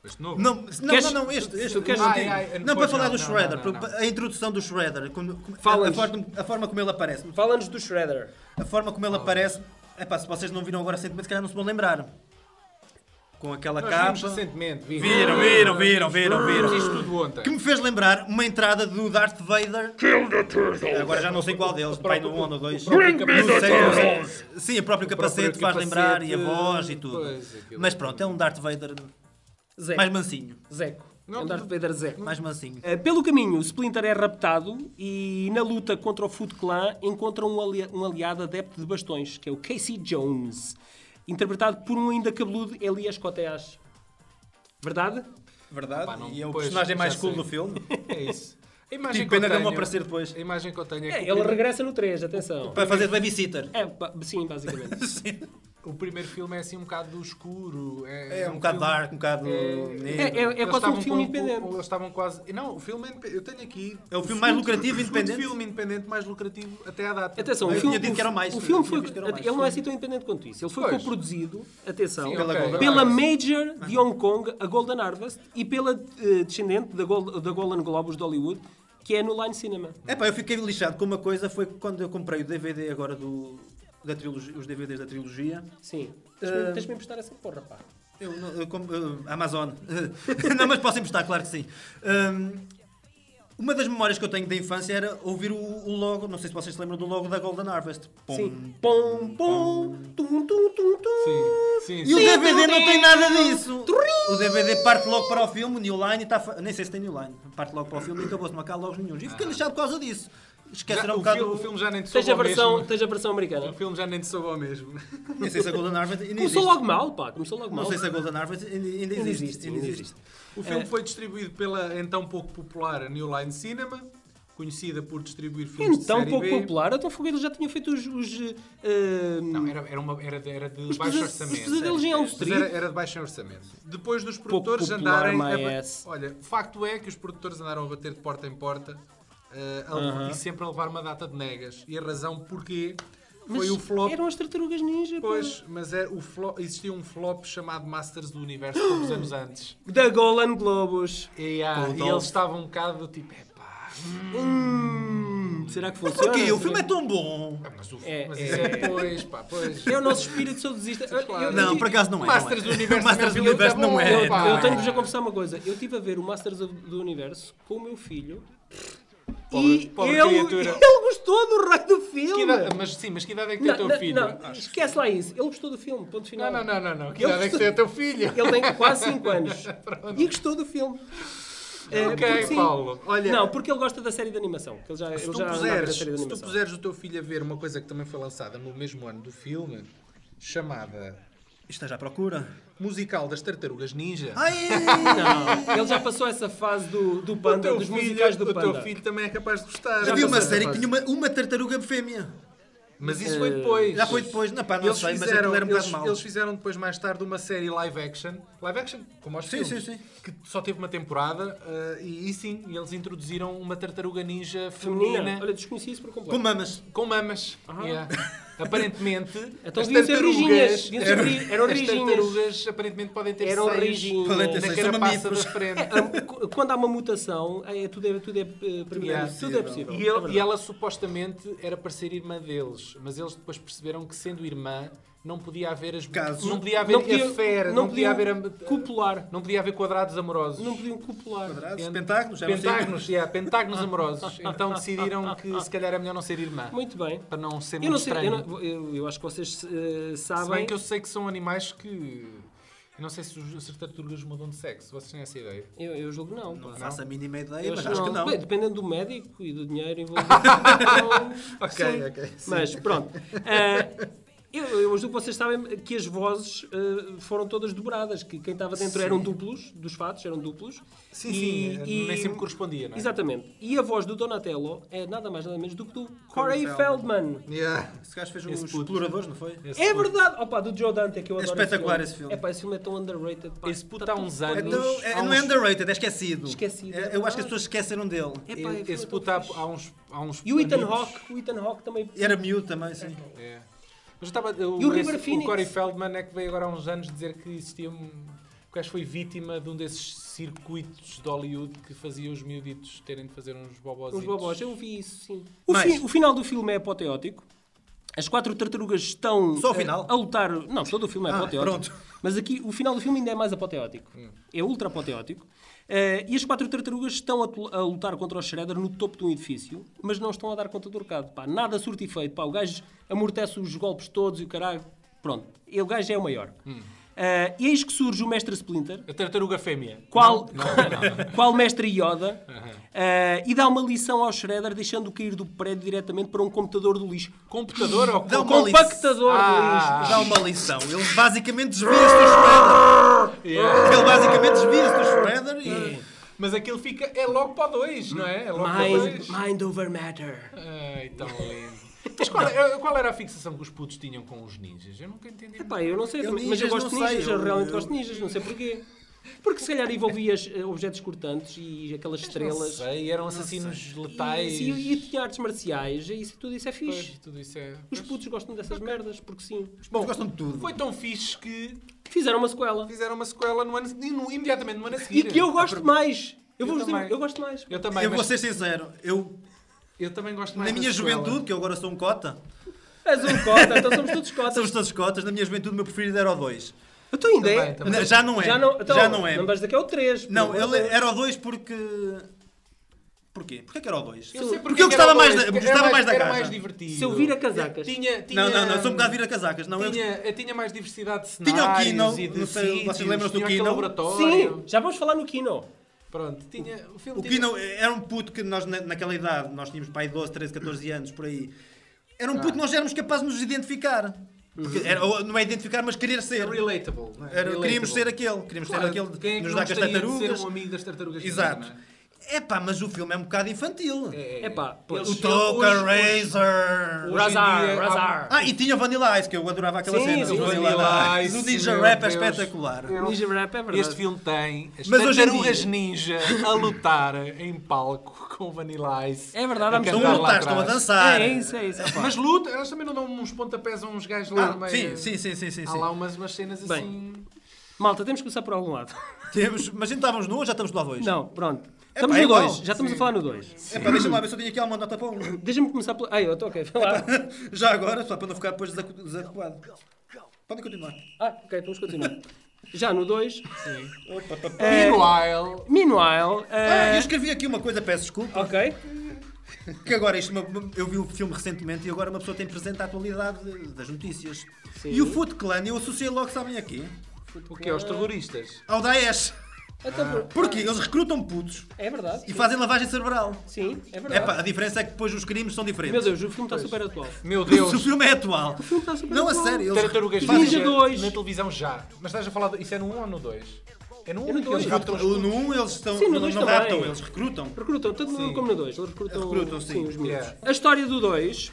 Speaker 2: Este novo.
Speaker 3: Não, não,
Speaker 1: Queres-
Speaker 3: não, não, este, este.
Speaker 1: tu queres-
Speaker 3: não,
Speaker 2: Ai, ai,
Speaker 3: não, para
Speaker 2: pois
Speaker 3: falar
Speaker 2: não,
Speaker 3: do
Speaker 2: não,
Speaker 3: Shredder,
Speaker 2: não, não,
Speaker 3: porque a introdução do Shredder, como- como- a,
Speaker 1: Fala-nos.
Speaker 3: forma, a forma como ele aparece,
Speaker 1: Fala-nos do Shredder.
Speaker 3: a forma como ele aparece, epá, se vocês não viram agora recentemente, se calhar não se vão lembrar. Com aquela
Speaker 2: Nós
Speaker 3: capa.
Speaker 2: vimos recentemente. Vimos.
Speaker 3: Viram, viram, viram, viram,
Speaker 2: Vimos
Speaker 3: viram.
Speaker 2: isto tudo ontem.
Speaker 3: Que me fez lembrar uma entrada do Darth Vader. Kill the Turtles! Agora já não sei qual deles, pai do 1 ou do 2.
Speaker 2: próprio capacete.
Speaker 3: Sim, o próprio capacete
Speaker 2: próprio
Speaker 3: faz
Speaker 2: capacete, eh,
Speaker 3: lembrar e a voz e tudo.
Speaker 2: pois, aquilo-
Speaker 3: Mas pronto, é um Darth Vader
Speaker 1: Zeco.
Speaker 3: mais mansinho.
Speaker 1: Zeco.
Speaker 2: Não,
Speaker 1: É um Darth Vader Zeco.
Speaker 3: Mais mansinho.
Speaker 1: Eh, Pelo caminho, o Splinter é raptado e na luta contra o Foot Clan encontra um, ali- um aliado adepto de bastões, que é o Casey Jones, interpretado por um ainda cabeludo Elias Koteas. Verdade?
Speaker 3: Verdade?
Speaker 2: Pá, não-
Speaker 3: e é o
Speaker 2: pois,
Speaker 3: personagem mais
Speaker 2: já
Speaker 3: cool
Speaker 2: sei.
Speaker 3: do filme. Tipo,
Speaker 2: É isso. A imagem
Speaker 3: Tive
Speaker 2: que eu
Speaker 3: pena de ele não
Speaker 2: tenho-
Speaker 3: aparecer depois.
Speaker 2: A imagem que eu tenho é
Speaker 1: É,
Speaker 2: que
Speaker 1: ele
Speaker 2: o, primeiro,
Speaker 1: regressa no 3, atenção.
Speaker 3: Para fazer de babysitter.
Speaker 1: É, ba- sim, basicamente.
Speaker 2: o primeiro filme é assim um bocado escuro. É,
Speaker 3: É um bocado
Speaker 2: filme-
Speaker 3: dark, um bocado
Speaker 1: É,
Speaker 3: negro.
Speaker 1: é, é
Speaker 2: Eles
Speaker 1: quase um
Speaker 2: estavam
Speaker 1: filme
Speaker 2: com- com-
Speaker 1: independente.
Speaker 2: Eles estavam quase. Não, o filme é independente. Eu tenho aqui.
Speaker 3: É o filme mais
Speaker 2: segundo-
Speaker 3: lucrativo
Speaker 2: o
Speaker 1: um
Speaker 2: segundo
Speaker 3: independente?
Speaker 2: filme independente mais lucrativo até à data. É
Speaker 1: Atenção,
Speaker 3: Eu
Speaker 1: o
Speaker 3: tinha
Speaker 1: filme,
Speaker 3: dito que era mais.
Speaker 1: o filme
Speaker 3: Eu tinha
Speaker 1: foi.
Speaker 3: dito que era mais.
Speaker 1: Ele não é assim tão independente quanto isso. Ele foi
Speaker 2: Pois.
Speaker 1: coproduzido, atenção,
Speaker 2: Sim,
Speaker 1: pela,
Speaker 2: ok.
Speaker 1: pela Major de Hong Kong, a Golden Harvest, e pela eh, descendente da, Gold- da Golden Globus de Hollywood, que é no Line Cinema.
Speaker 3: É pá, eu fiquei lixado com uma coisa, foi quando eu comprei o DVD agora do... Da trilogia, os DVDs da trilogia.
Speaker 1: Sim. Tens-me tens de me emprestar essa porra, pá.
Speaker 3: Eu, não- eu comp- eh, Amazon. Eh, não, mas posso emprestar, claro que sim. Hum, uma das memórias que eu tenho da infância era ouvir o, o logo, não sei se vocês se lembram do logo da Golden Harvest. Pum.
Speaker 1: Sim. Pom, pom, tum, tum, tum, tum.
Speaker 2: Sim, sim,
Speaker 3: E o
Speaker 2: sim.
Speaker 3: DVD não tem nada disso.
Speaker 1: Turrim.
Speaker 3: O DVD parte logo para o filme, New Line e tá fa- Nem sei se tem New Line. Parte logo para o filme e acabou-se, não há logos nenhum. E fiquei lixado por causa disso.
Speaker 2: Já,
Speaker 3: Esqueceram um
Speaker 2: o,
Speaker 3: bocado.
Speaker 2: filme, o filme já nem te soube
Speaker 1: Tens a,
Speaker 2: ao
Speaker 1: versão,
Speaker 2: mesmo.
Speaker 1: tens a versão
Speaker 2: O
Speaker 1: americana.
Speaker 2: filme já nem te soube ao mesmo.
Speaker 3: Nem sei se a Golden Harvest ainda
Speaker 1: Começou
Speaker 3: existe.
Speaker 1: logo mal, pá. Começou logo mal.
Speaker 3: Não sei se é a Golden Harvest ainda, ainda
Speaker 1: Ainda
Speaker 3: existe.
Speaker 1: existe,
Speaker 3: ainda
Speaker 1: ainda
Speaker 3: existe.
Speaker 1: existe.
Speaker 2: O filme foi distribuído pela então pouco popular New Line Cinema. conhecida por distribuir filmes de
Speaker 1: Então
Speaker 2: série
Speaker 1: pouco
Speaker 2: B.
Speaker 1: popular. Então Fogueira já tinha feito os... os eh,
Speaker 2: Não, era, era, uma, era, de- era de
Speaker 1: Os
Speaker 2: baixo
Speaker 1: pesa-
Speaker 2: orçamento.
Speaker 1: os pesadelos em
Speaker 2: era,
Speaker 1: Elm
Speaker 2: mas
Speaker 1: Street.
Speaker 2: Era, era de baixo orçamento. Depois dos produtores
Speaker 1: popular,
Speaker 2: andarem.
Speaker 1: my
Speaker 2: ba-
Speaker 1: ass.
Speaker 2: Olha, o facto é que os produtores andaram a bater de porta em porta eh, a- e sempre a levar uma data de negas. E a razão porquê foi
Speaker 1: mas um
Speaker 2: o flop.
Speaker 1: Eram as Tartarugas Ninja. pá.
Speaker 2: Pois, mas é, o flop, existia um flop chamado Masters do Universo poucos anos antes.
Speaker 1: Da Golan Globos.
Speaker 2: E, ah,
Speaker 3: Com o
Speaker 2: e
Speaker 3: Dolph.
Speaker 2: eles estavam um bocado do tipo, epá,
Speaker 1: Hum, será que funciona?
Speaker 3: Porquê? O filme é tão bom.
Speaker 2: mas, o,
Speaker 1: É,
Speaker 2: mas
Speaker 1: é.
Speaker 2: isso é pois, pá, pois.
Speaker 1: É o nosso espírito saudosista. Eu-
Speaker 2: Claro.
Speaker 1: eu-
Speaker 3: Não,
Speaker 1: eu-
Speaker 3: por acaso não é.
Speaker 2: Masters do
Speaker 3: não é.
Speaker 2: Universo
Speaker 3: Masters do
Speaker 2: também é
Speaker 3: Universo
Speaker 2: bom,
Speaker 3: não
Speaker 2: é
Speaker 3: é.
Speaker 1: Eu,
Speaker 2: pá.
Speaker 3: não
Speaker 1: eu
Speaker 3: é.
Speaker 1: tenho que vos a confessar uma coisa. Eu estive a ver o Masters of- do Universo com o meu filho.
Speaker 2: Pobre-
Speaker 1: e
Speaker 2: pobre
Speaker 1: ele,
Speaker 2: criatura.
Speaker 1: ele gostou do raio do filme.
Speaker 2: Que idade- mas sim, mas que idade é que tem o
Speaker 1: Não,
Speaker 2: teu
Speaker 1: não,
Speaker 2: filho?
Speaker 1: não, esquece lá isso. Ele gostou do filme, ponto final.
Speaker 2: Não, não, não, não, não. Que
Speaker 1: Ele
Speaker 2: idade é que
Speaker 1: gostou-
Speaker 2: tem o teu filho?
Speaker 1: Ele tem quase 5 anos e gostou do filme. Eh, porque
Speaker 2: Ok,
Speaker 1: sim.
Speaker 2: Paulo. Olha,
Speaker 1: Não, porque ele gosta da série de animação. que Ele já,
Speaker 2: se,
Speaker 1: ele
Speaker 2: tu
Speaker 1: já andava na
Speaker 2: puseres,
Speaker 1: série de
Speaker 2: se tu
Speaker 1: animação.
Speaker 2: puseres o teu filho a ver uma coisa que também foi lançada no mesmo ano do filme, chamada
Speaker 3: Estás é à procura?
Speaker 2: Musical das Tartarugas Ninja.
Speaker 3: Ai!
Speaker 1: Não, ele já passou essa fase do, do
Speaker 2: o
Speaker 1: Panda,
Speaker 2: teu
Speaker 1: dos
Speaker 2: filho,
Speaker 1: musicais do
Speaker 2: o
Speaker 1: Panda.
Speaker 2: teu filho também é capaz de gostar.
Speaker 3: Já havia uma
Speaker 2: Mas-
Speaker 3: série que tinha uma, uma tartaruga fêmea.
Speaker 2: Mas isso foi depois.
Speaker 3: Já foi depois, não, pá, não
Speaker 2: Eles
Speaker 3: sei, mas
Speaker 2: fizeram,
Speaker 3: aquilo era um
Speaker 2: eles,
Speaker 3: bocado mau.
Speaker 2: eles fizeram depois mais tarde uma série live action, live action, como aos
Speaker 3: Sim,
Speaker 2: filmes,
Speaker 3: sim, sim.
Speaker 2: que só teve uma temporada eh, e, e sim, eles introduziram uma tartaruga ninja feminina,
Speaker 1: Olha, desconheci isso por completo.
Speaker 3: Com mamas.
Speaker 2: com mamas. Yeah. Aparentemente,
Speaker 1: Então
Speaker 2: as
Speaker 1: deviam ser
Speaker 2: tartarugas,
Speaker 1: rijinhas, deviam ser ri- eram
Speaker 2: as
Speaker 1: rijinhas.
Speaker 2: tartarugas aparentemente podem ter
Speaker 1: Eram
Speaker 2: seios
Speaker 1: rijinhas.
Speaker 3: Podem ter
Speaker 2: na
Speaker 3: seios, são
Speaker 2: carapaça da
Speaker 3: mamíferos.
Speaker 2: frente.
Speaker 1: Ah, qu- Quando há uma mutação, é, tudo é, tudo é eh, permitido. Tudo é possível.
Speaker 2: E,
Speaker 1: é
Speaker 2: ele-
Speaker 1: verdade.
Speaker 2: e ela supostamente era para ser irmã deles, mas eles depois perceberam que sendo irmã não podia haver as
Speaker 3: Casos.
Speaker 2: não podia haver
Speaker 1: podia-
Speaker 2: affair, não, podia haver
Speaker 1: podiam
Speaker 2: a-
Speaker 1: copular.
Speaker 2: não podia haver quadrados amorosos.
Speaker 1: Não podiam copular.
Speaker 3: Quadrados,
Speaker 2: Ent-
Speaker 3: pentágonos, já não sei.
Speaker 2: pentágonos, yeah, pentágonos amorosos. Então decidiram que se calhar é melhor não ser irmã,
Speaker 1: Muito bem.
Speaker 2: para não
Speaker 1: Eu
Speaker 2: ser É muito
Speaker 1: não sei, eu,
Speaker 2: estranho.
Speaker 1: não- eu- eu acho que vocês eh,
Speaker 2: Se bem
Speaker 1: sabem.
Speaker 2: que eu sei que são animais que eu não sei se os se as tartarugas mudam de sexo, vocês têm essa ideia?
Speaker 1: Eu, eu julgo não.
Speaker 3: Não
Speaker 1: pá.
Speaker 3: faço a mínima ideia,
Speaker 1: Eu
Speaker 3: mas acho que não.
Speaker 1: Bem, dependendo do médico e do dinheiro envolvido. então,
Speaker 2: Ok,
Speaker 1: sim.
Speaker 2: ok, sim.
Speaker 1: Mas pronto. Ah, eu, eu julgo que vocês sabem que as vozes ah, foram todas dobradas, que quem estava dentro eram duplos, dos fatos eram duplos.
Speaker 2: Sim, sim, eh, nem sempre correspondia, não é?
Speaker 1: Exatamente. E a voz do Donatello é nada mais nada menos do que do
Speaker 3: Corey
Speaker 1: Corey Feldman.
Speaker 2: Yeah.
Speaker 3: Esse gajo fez
Speaker 2: Esse
Speaker 3: os
Speaker 2: puto.
Speaker 3: exploradores, não foi?
Speaker 2: Esse
Speaker 1: É
Speaker 2: puto-
Speaker 1: verdade! Opa, do Joe Dante, que eu
Speaker 3: É
Speaker 1: adoro
Speaker 3: espetacular esse filme.
Speaker 1: É pá, esse filme é tão underrated. Pá.
Speaker 2: Esse puto
Speaker 1: Tá
Speaker 2: há
Speaker 1: tão-
Speaker 2: uns
Speaker 3: É
Speaker 2: anos.
Speaker 3: do- é-
Speaker 2: há
Speaker 3: não é
Speaker 2: uns-
Speaker 3: underrated, é esquecido.
Speaker 1: Esquecido, é
Speaker 3: É- eu acho que
Speaker 1: verdade.
Speaker 3: as pessoas esqueceram dele.
Speaker 1: É pá, esse
Speaker 2: Ele- Esse
Speaker 1: filme é
Speaker 2: puto
Speaker 1: tão
Speaker 2: há,
Speaker 1: fixe.
Speaker 2: há uns. Há uns
Speaker 1: E o Ethan
Speaker 2: amigos.
Speaker 1: Hawke, o Ethan Hawke também.
Speaker 3: Era miúdo também, sim.
Speaker 2: É. Mas eu estava. eu-
Speaker 1: E o River
Speaker 2: esse-
Speaker 1: Phoenix?
Speaker 2: O Corey Feldman é que veio agora há uns anos dizer que existia um. que acho que foi vítima de um desses circuitos de Hollywood que fazia os miúditos terem de fazer uns bobozitos.
Speaker 1: Os bobós, eu vi isso, sim. O,
Speaker 3: Mais.
Speaker 1: fi- o final do filme é apoteótico. As quatro tartarugas estão
Speaker 3: Só o
Speaker 1: eh,
Speaker 3: final?
Speaker 1: a, lutar. Não, todo o filme é
Speaker 3: Ah,
Speaker 1: apoteótico.
Speaker 3: pronto. Hum.
Speaker 1: Mas aqui o final do filme ainda é mais apoteótico. É ultra apoteótico. Eh, e as quatro tartarugas estão a, tu- a lutar contra o Shredder no topo de um edifício, mas não estão a dar conta do recado. Pá, nada surte efeito. Pá, o gajo amortece os golpes todos e o caralho. Pronto, e o gajo é o maior.
Speaker 3: Hum.
Speaker 1: Eh, e eis que surge o Mestre Splinter,
Speaker 2: A tartaruga fêmea.
Speaker 1: qual, qual mestre Yoda eh, e dá uma lição ao Shredder deixando-o cair do prédio diretamente para um computador do lixo.
Speaker 2: Computador ou
Speaker 3: Dá
Speaker 2: com...
Speaker 3: uma lição.
Speaker 1: Compactador
Speaker 2: Ah.
Speaker 1: do lixo.
Speaker 3: Dá uma lição. Ele basicamente desvia-se do Shredder. Ele basicamente desvia-se do Shredder e...
Speaker 2: Mas aquilo fica. é logo para o 2, não é? É logo para o
Speaker 1: Mind,
Speaker 2: 2.
Speaker 1: mind over matter.
Speaker 2: Ai, tão lindo. Ah, então, Mas qual, eh, qual era a fixação que os putos tinham com os ninjas? Eu nunca entendi.
Speaker 1: Epá, eu não sei,
Speaker 3: Eu
Speaker 1: mas eu
Speaker 3: ninjas
Speaker 1: gosto de
Speaker 3: não sei,
Speaker 1: ninjas, eu,
Speaker 3: eu-
Speaker 1: realmente
Speaker 3: eu-
Speaker 1: gosto de ninjas, não sei porquê. Porque se calhar envolvias eh, objetos cortantes e aquelas
Speaker 2: Não
Speaker 1: estrelas.
Speaker 2: sei, eram assassinos
Speaker 1: E,
Speaker 2: letais.
Speaker 1: e, e tinha artes marciais, e isso, tudo isso é
Speaker 2: Pois,
Speaker 1: fixe.
Speaker 2: tudo isso é.
Speaker 1: Os putos gostam dessas merdas, porque sim.
Speaker 3: Bom, gostam de tudo.
Speaker 2: Foi tão fixe que
Speaker 1: Fizeram uma sequela.
Speaker 2: fizeram uma sequela no ano, e no- imediatamente no ano a
Speaker 1: E
Speaker 2: seguir.
Speaker 1: que eu
Speaker 2: A
Speaker 1: gosto
Speaker 2: pro-
Speaker 1: mais. Eu,
Speaker 2: Eu
Speaker 1: vou dizer,
Speaker 2: também.
Speaker 1: eu gosto mais.
Speaker 2: Eu também,
Speaker 3: eu vou
Speaker 2: mas
Speaker 3: ser sincero. Eu,
Speaker 2: eu também gosto mais
Speaker 3: na
Speaker 2: da
Speaker 3: minha
Speaker 2: sequela.
Speaker 3: juventude, que eu agora sou um cota,
Speaker 1: És um cota, então somos todos cotas.
Speaker 3: somos todos cotas, na minha juventude o meu preferido era o 2.
Speaker 1: Eu estou ainda
Speaker 2: Também,
Speaker 1: é.
Speaker 2: também.
Speaker 3: Já não é.
Speaker 1: Já não, então,
Speaker 3: Já não é.
Speaker 1: Não vais dizer que é o 3.
Speaker 3: Não, ele é- era o 2 porque... Porquê? Porquê que era o 2?
Speaker 2: Eu sei
Speaker 3: Porque eu
Speaker 2: que era
Speaker 3: gostava
Speaker 2: o
Speaker 3: mais
Speaker 2: dois,
Speaker 3: da-
Speaker 2: porque
Speaker 3: gostava
Speaker 2: era
Speaker 3: mais da
Speaker 2: era
Speaker 3: gaja.
Speaker 2: mais divertido.
Speaker 1: Se eu vir a casacas.
Speaker 2: Tinha, tinha,
Speaker 3: Não, não, não, sou um bocado vira casacas. Não, eu-
Speaker 2: Tinha, tinha mais diversidade de
Speaker 3: Tinha o
Speaker 2: cenários
Speaker 3: Kino,
Speaker 2: e de
Speaker 3: não sei, vocês
Speaker 2: sítios,
Speaker 3: lembram-se do
Speaker 2: tinha aquele
Speaker 3: Kino?
Speaker 2: laboratório.
Speaker 1: Sim, já vamos falar no Kino.
Speaker 2: Pronto, tinha... O filme
Speaker 3: O
Speaker 2: tinha...
Speaker 3: Kino era um puto que nós, na- naquela idade, nós tínhamos pai 12, 13, 14 anos, por aí. Era
Speaker 2: Ah.
Speaker 3: um puto que nós éramos capazes de nos identificar. Porque era- ou não é identificar, mas querer ser.
Speaker 2: Relatable. não é?
Speaker 3: Era-
Speaker 2: Relatable.
Speaker 3: queríamos ser aquele. Queríamos
Speaker 2: Claro,
Speaker 3: ser aquele
Speaker 2: quem é
Speaker 3: que
Speaker 2: que não
Speaker 3: nos dá com as
Speaker 2: gostaria de
Speaker 3: tartarugas.
Speaker 2: ser um amigo das tartarugas.
Speaker 3: Exato.
Speaker 2: não é?
Speaker 3: É pá, mas o filme é um bocado infantil.
Speaker 1: Epá, pois.
Speaker 3: O
Speaker 2: Eles-
Speaker 3: Toca
Speaker 2: hoje- hoje-
Speaker 3: Razor.
Speaker 2: hoje-
Speaker 1: Razar,
Speaker 2: em dia há-
Speaker 1: Razar.
Speaker 3: Ah, e tinha Vanilla Ice, que eu adorava aquela
Speaker 1: Sim,
Speaker 3: cena.
Speaker 1: sim,
Speaker 3: o
Speaker 2: Vanilla Ice,
Speaker 3: O Ninja
Speaker 2: meu
Speaker 3: Rap é
Speaker 2: Deus.
Speaker 3: espetacular.
Speaker 1: Ninja Rap é verdade.
Speaker 2: Este filme tem as
Speaker 3: Mas hoje em
Speaker 2: tartarugas
Speaker 3: dia-
Speaker 2: ninja a lutar em palco com Vanilla Ice.
Speaker 1: É verdade,
Speaker 2: a
Speaker 1: vamos
Speaker 2: cantar
Speaker 3: Estão a
Speaker 2: lá
Speaker 3: lutar, estão a
Speaker 2: atrás.
Speaker 3: dançar.
Speaker 1: É isso, é isso. epá.
Speaker 2: Mas luta, elas também não dão uns pontapés a uns gajos lá
Speaker 3: Ah,
Speaker 2: no meio.
Speaker 3: sim, sim, sim, sim, sim.
Speaker 2: Há
Speaker 3: sim.
Speaker 2: lá umas, umas cenas
Speaker 1: Bem.
Speaker 2: assim.
Speaker 1: Malta, temos que começar por algum lado.
Speaker 3: Temos, mas ainda estávamos no 1 ou já estamos no 2?
Speaker 1: Não, pronto. Estamos
Speaker 3: é
Speaker 1: no
Speaker 3: igual.
Speaker 1: 2, já estamos a falar no 2.
Speaker 3: É pá, deixa-me lá ver se eu tenho aqui alguma nota para um.
Speaker 1: Deixa-me começar pela. Ai, eu estou ok, vai lá.
Speaker 3: Já agora, só para não ficar depois desacu- desacuado. Podem continuar.
Speaker 1: Ah, ok, vamos continuar. Já no 2.
Speaker 3: Opa, pa, pa.
Speaker 1: É.
Speaker 2: é- Meanwhile,
Speaker 1: Meanwhile.
Speaker 3: Ah, eu
Speaker 1: eh,
Speaker 3: escrevi aqui uma coisa, peço desculpa,
Speaker 1: Ok.
Speaker 3: que agora isto, uma- eu vi o filme recentemente e agora uma pessoa tem presente a atualidade das notícias. E o Foot Clan, eu associei logo, sabem aqui,
Speaker 2: o que é? Os terroristas.
Speaker 3: ao Daesh.
Speaker 1: Até por-
Speaker 3: Porquê? Eles recrutam putos
Speaker 1: Então, É verdade.
Speaker 3: e fazem lavagem cerebral.
Speaker 1: Sim, é verdade.
Speaker 3: Epá, a diferença é que depois os crimes são
Speaker 1: Meu
Speaker 3: diferentes.
Speaker 1: Deus, o filme está super atual.
Speaker 2: Meu
Speaker 3: Se o
Speaker 2: Deus.
Speaker 3: filme é atual.
Speaker 1: está super
Speaker 3: Não, a
Speaker 1: atual.
Speaker 3: sério. Eles
Speaker 2: Tartarugas
Speaker 1: Fazem-
Speaker 2: Ninja
Speaker 1: Ninja dois.
Speaker 2: na televisão já. Mas estás a falar. do- Isso é no 1 ou no 2? É no 1
Speaker 1: no
Speaker 2: que eles
Speaker 1: dois.
Speaker 2: raptam os
Speaker 3: O- No 1 eles estão,
Speaker 1: Sim, no
Speaker 3: não-
Speaker 1: dois
Speaker 3: não
Speaker 1: também.
Speaker 3: raptam, eles recrutam.
Speaker 1: Recrutam, tanto no um como no 2. Eles recrutam,
Speaker 3: Recrutam, sim.
Speaker 1: os miúdos.
Speaker 2: Yeah.
Speaker 1: A história do 2.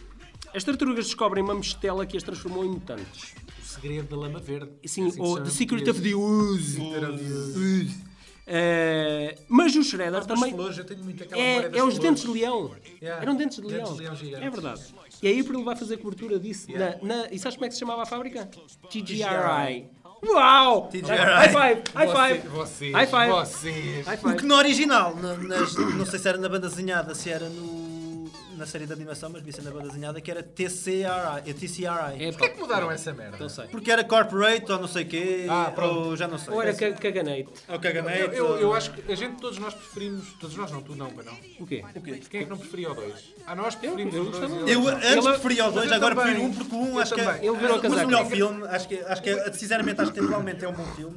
Speaker 1: As tartarugas descobrem uma mistela que as transformou em mutantes.
Speaker 2: O segredo da lama verde.
Speaker 1: Sim,
Speaker 2: Assim que
Speaker 1: ou
Speaker 2: chama.
Speaker 1: The Secret of the Ooze. Ooze. Eh, mas o Shredder
Speaker 2: Mas
Speaker 1: também...
Speaker 2: flores, eu tenho muito aquela memória
Speaker 1: É,
Speaker 2: das
Speaker 1: é os
Speaker 2: flores.
Speaker 1: dentes de leão.
Speaker 2: Yeah.
Speaker 1: Eram dentes de
Speaker 2: Dentes
Speaker 1: leão.
Speaker 2: de leão gigantes.
Speaker 1: é verdade. E aí por ele vai fazer cobertura disso.
Speaker 2: Yeah.
Speaker 1: Na, na- e sabes como é que se chamava a fábrica? TGRI. Uau! High five! High five!
Speaker 2: Vocês,
Speaker 1: High five!
Speaker 2: vocês.
Speaker 1: High
Speaker 3: O
Speaker 1: five!
Speaker 3: que no original, na- nas- não sei se era na banda desenhada, se era no, na série de animação, mas devia ser na banda desenhada, que era TCRI. É TCRI.
Speaker 1: É,
Speaker 2: Porquê
Speaker 1: pá,
Speaker 2: é que mudaram essa merda?
Speaker 1: não sei.
Speaker 3: Porque era corporate ou não sei quê,
Speaker 2: Ah, pronto.
Speaker 3: ou já não sei.
Speaker 1: Ou era ca- caganate?
Speaker 3: Ou caganete,
Speaker 2: Eu, eu,
Speaker 3: ou-
Speaker 2: eu acho que a gente, todos nós preferimos. Todos nós não, tu não, para não.
Speaker 1: O quê?
Speaker 2: Quem é que não preferia o 2? Ah, nós preferimos
Speaker 1: eu
Speaker 2: o dois e
Speaker 1: gostava.
Speaker 2: o
Speaker 3: Eu
Speaker 2: dois.
Speaker 3: antes
Speaker 1: Ele-
Speaker 3: preferia
Speaker 2: mas
Speaker 3: os dois,
Speaker 2: eu
Speaker 3: agora
Speaker 2: também.
Speaker 3: prefiro um porque o um
Speaker 2: Eu
Speaker 3: acho que
Speaker 2: também.
Speaker 3: é,
Speaker 1: Ele virou
Speaker 3: mas o
Speaker 1: casaco.
Speaker 3: melhor filme, acho que, acho que é- sinceramente acho que atualmente é um bom filme,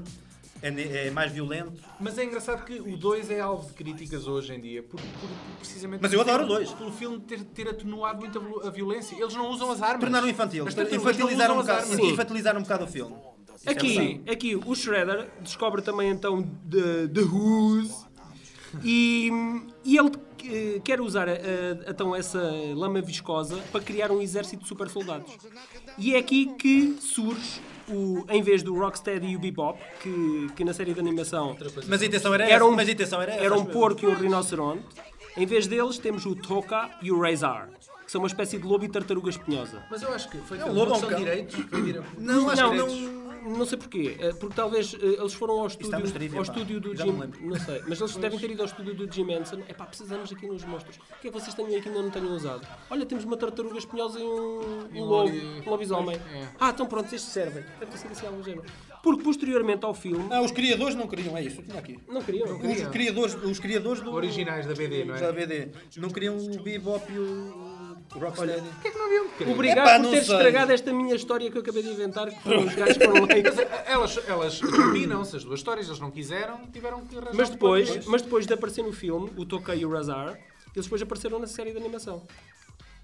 Speaker 3: é, ne- é mais violento.
Speaker 2: Mas é engraçado que o 2 é alvo de críticas hoje em dia, por, por- por- precisamente.
Speaker 3: Mas eu
Speaker 2: pelo
Speaker 3: adoro o
Speaker 2: filme-
Speaker 3: dois.
Speaker 2: Pelo filme ter, ter atenuado muito a vo- a violência. Eles não usam as armas.
Speaker 3: Tornaram infantil,
Speaker 2: As tartarugas não
Speaker 3: infantilizaram um,
Speaker 2: usam as
Speaker 3: bocado,
Speaker 2: armas.
Speaker 1: Sim.
Speaker 3: infantilizaram um bocado o filme.
Speaker 1: Aqui, aqui o Shredder descobre também então The, the Who's e, e ele eh, quer usar eh, então essa lama viscosa para criar um exército de super soldados. E é aqui que surge, o, em vez do Rocksteady e o Bebop, que, que na série de animação
Speaker 3: Mas a intenção era,
Speaker 1: era
Speaker 3: essa,
Speaker 1: um,
Speaker 3: mas a intenção era, essa,
Speaker 1: era um
Speaker 3: acho eu.
Speaker 1: porco e um rinoceronte, em vez deles temos o Toka e o Razor, que são uma espécie de lobo e tartaruga espinhosa.
Speaker 2: Mas eu acho que foi
Speaker 3: um
Speaker 2: uma
Speaker 3: lobo, é um
Speaker 2: opção de
Speaker 3: cão.
Speaker 2: direitos. Foi dire-
Speaker 3: Não, acho
Speaker 1: não,
Speaker 3: que
Speaker 2: direitos.
Speaker 1: não, não sei porquê. Eh, Porque talvez eh, eles foram ao estúdio,
Speaker 3: no trivia,
Speaker 1: ao
Speaker 3: pá.
Speaker 1: estúdio do
Speaker 3: Já
Speaker 1: Jim.
Speaker 3: me lembro.
Speaker 1: Não sei, mas eles devem ter ido ao estúdio do Jim Henson. É pá, precisamos aqui nos monstros. O que é que vocês têm aí que ainda não tenham usado? Olha, temos uma tartaruga espinhosa e um, um lobo, um lobisomem. Ah, então pronto, estes servem. Deve ter sido assim algum género. Porque posteriormente ao filme.
Speaker 3: Ah, os criadores não queriam, é isso, eu tinha aqui.
Speaker 1: Não queriam.
Speaker 3: Os criadores, os criadores do,
Speaker 2: Originais da BD, não é?
Speaker 3: da BD não queriam o Bebop e o, o Rocksteady.
Speaker 2: Porquê é que não havia um bocadinho?
Speaker 1: Obrigado
Speaker 3: Epá,
Speaker 1: por
Speaker 3: não
Speaker 1: teres
Speaker 3: sei.
Speaker 1: estragado esta minha história que eu acabei de inventar, que foram os gajos que foram lá e-
Speaker 2: Mas eh, elas, elas combinam-se, as duas histórias, eles não quiseram, tiveram que arranjar.
Speaker 1: Mas
Speaker 2: um
Speaker 1: depois,
Speaker 2: plano.
Speaker 1: mas depois de aparecer no filme, o Tokei e o Razar, eles depois apareceram na série de animação.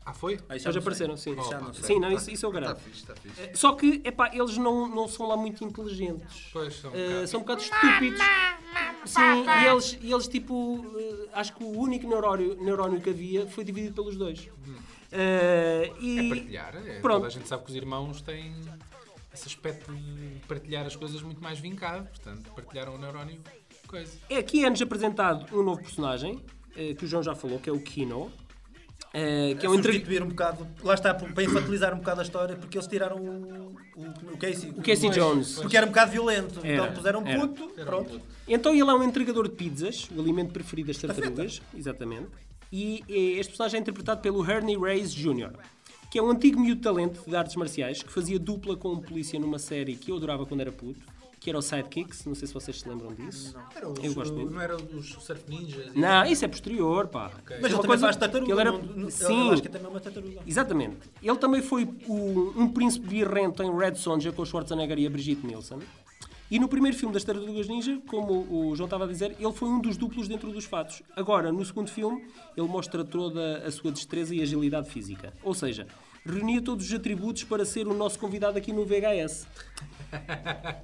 Speaker 2: Ah, foi?
Speaker 3: Aí já
Speaker 1: Depois
Speaker 3: não sei.
Speaker 1: apareceram, sim.
Speaker 3: Já não sei.
Speaker 1: Sim, não, isso, isso eu
Speaker 2: Está
Speaker 1: garanto.
Speaker 2: fixe, está fixe.
Speaker 1: Só que, epá, eles não, não são lá muito inteligentes.
Speaker 2: Pois, são um
Speaker 1: Eh,
Speaker 2: bocado.
Speaker 1: são um bocado estúpidos. Sim, e eles, e eles tipo, eh, acho que o único neurónio, neurónio que havia foi dividido pelos dois. Eh,
Speaker 2: É
Speaker 1: e
Speaker 2: partilhar. É,
Speaker 1: Pronto.
Speaker 2: Toda a gente sabe que os irmãos têm esse aspecto de partilhar as coisas muito mais vincado. Portanto, partilharam o neurónio. Coisa.
Speaker 1: é, aqui é-nos apresentado um novo personagem, eh, que o João já falou, que é o Kino, eh, que é um entre...
Speaker 3: substituir um bocado, lá está, para infantilizar um bocado a história, porque eles tiraram o, o, o Casey.
Speaker 1: o Casey Jones.
Speaker 3: Porque era um bocado violento.
Speaker 1: Era,
Speaker 3: então puseram
Speaker 1: era.
Speaker 3: puto, pronto.
Speaker 1: Então ele é um entregador de pizzas, o alimento preferido das tartarugas, exatamente. E eh, este personagem é interpretado pelo Ernie Reyes Jr., que é um antigo miúdo talento de artes marciais que fazia dupla com um polícia numa série que eu adorava quando era puto, que era o Sidekicks, não sei se vocês se lembram disso. eu gosto muito.
Speaker 2: Não eram os surf ninjas?
Speaker 1: Não, isso é posterior, pá.
Speaker 3: Mas ele
Speaker 1: Uma
Speaker 3: também
Speaker 1: coisa
Speaker 3: faz tartaruga.
Speaker 1: que ele era-
Speaker 3: não- não- eu-
Speaker 1: Sim.
Speaker 3: Eu acho que é também uma tartaruga.
Speaker 1: Exatamente. Ele também foi o- um príncipe birrento em Red Sonja com o Schwarzenegger e a Brigitte Nielsen. E no primeiro filme das Tartarugas Ninja, como o João estava a dizer, ele foi um dos duplos dentro dos fatos. Agora, no segundo filme, ele mostra toda a sua destreza e agilidade física. Ou seja, reunia todos os atributos para ser o nosso convidado aqui no VHS.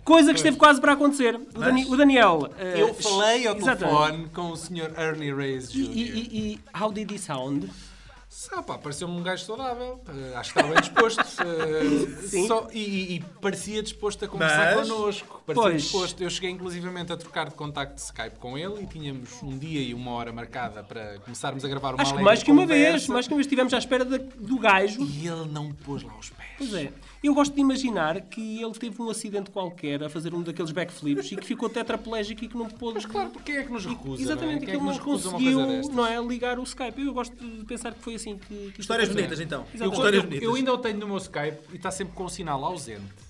Speaker 1: Coisa que esteve quase para acontecer. O, Dani- o Daniel. eh,
Speaker 2: Eu falei ao
Speaker 1: exatamente.
Speaker 2: telefone com o Sr. Ernie Reyes
Speaker 1: E,
Speaker 2: Jr.
Speaker 1: e- e- e how did he sound?
Speaker 2: Ah, pá, pareceu-me um gajo saudável. Eh, acho que está bem disposto. Eh,
Speaker 1: Sim.
Speaker 2: só- e- e, e parecia disposto a conversar
Speaker 3: Mas-
Speaker 2: connosco. Parecia
Speaker 1: Pois.
Speaker 2: disposto. Eu cheguei inclusivamente a trocar de contacto de Skype com ele e tínhamos um dia e uma hora marcada para começarmos a gravar uma
Speaker 1: Acho que
Speaker 2: alegre
Speaker 1: mais que uma
Speaker 2: conversa.
Speaker 1: vez, mais que uma vez estivemos à espera da- do gajo.
Speaker 2: E ele não pôs lá os pés.
Speaker 1: Pois é. Eu gosto de imaginar que ele teve um acidente qualquer a fazer um daqueles backflips e que ficou tetraplégico e que não pôde.
Speaker 2: Mas claro, porque é que nos recusa?
Speaker 1: Exatamente,
Speaker 2: não é? Quem
Speaker 1: que
Speaker 2: é que
Speaker 1: ele
Speaker 2: nos
Speaker 1: não
Speaker 2: recusa uma
Speaker 1: conseguiu
Speaker 2: coisa destas?
Speaker 1: não é, ligar o Skype. Eu gosto de pensar que foi assim que. que isto
Speaker 3: Histórias
Speaker 1: aconteceu.
Speaker 3: bonitas, então.
Speaker 2: Eu,
Speaker 3: Histórias
Speaker 2: eu-
Speaker 3: bonitas.
Speaker 2: eu ainda o tenho no meu Skype e está sempre com o sinal ausente.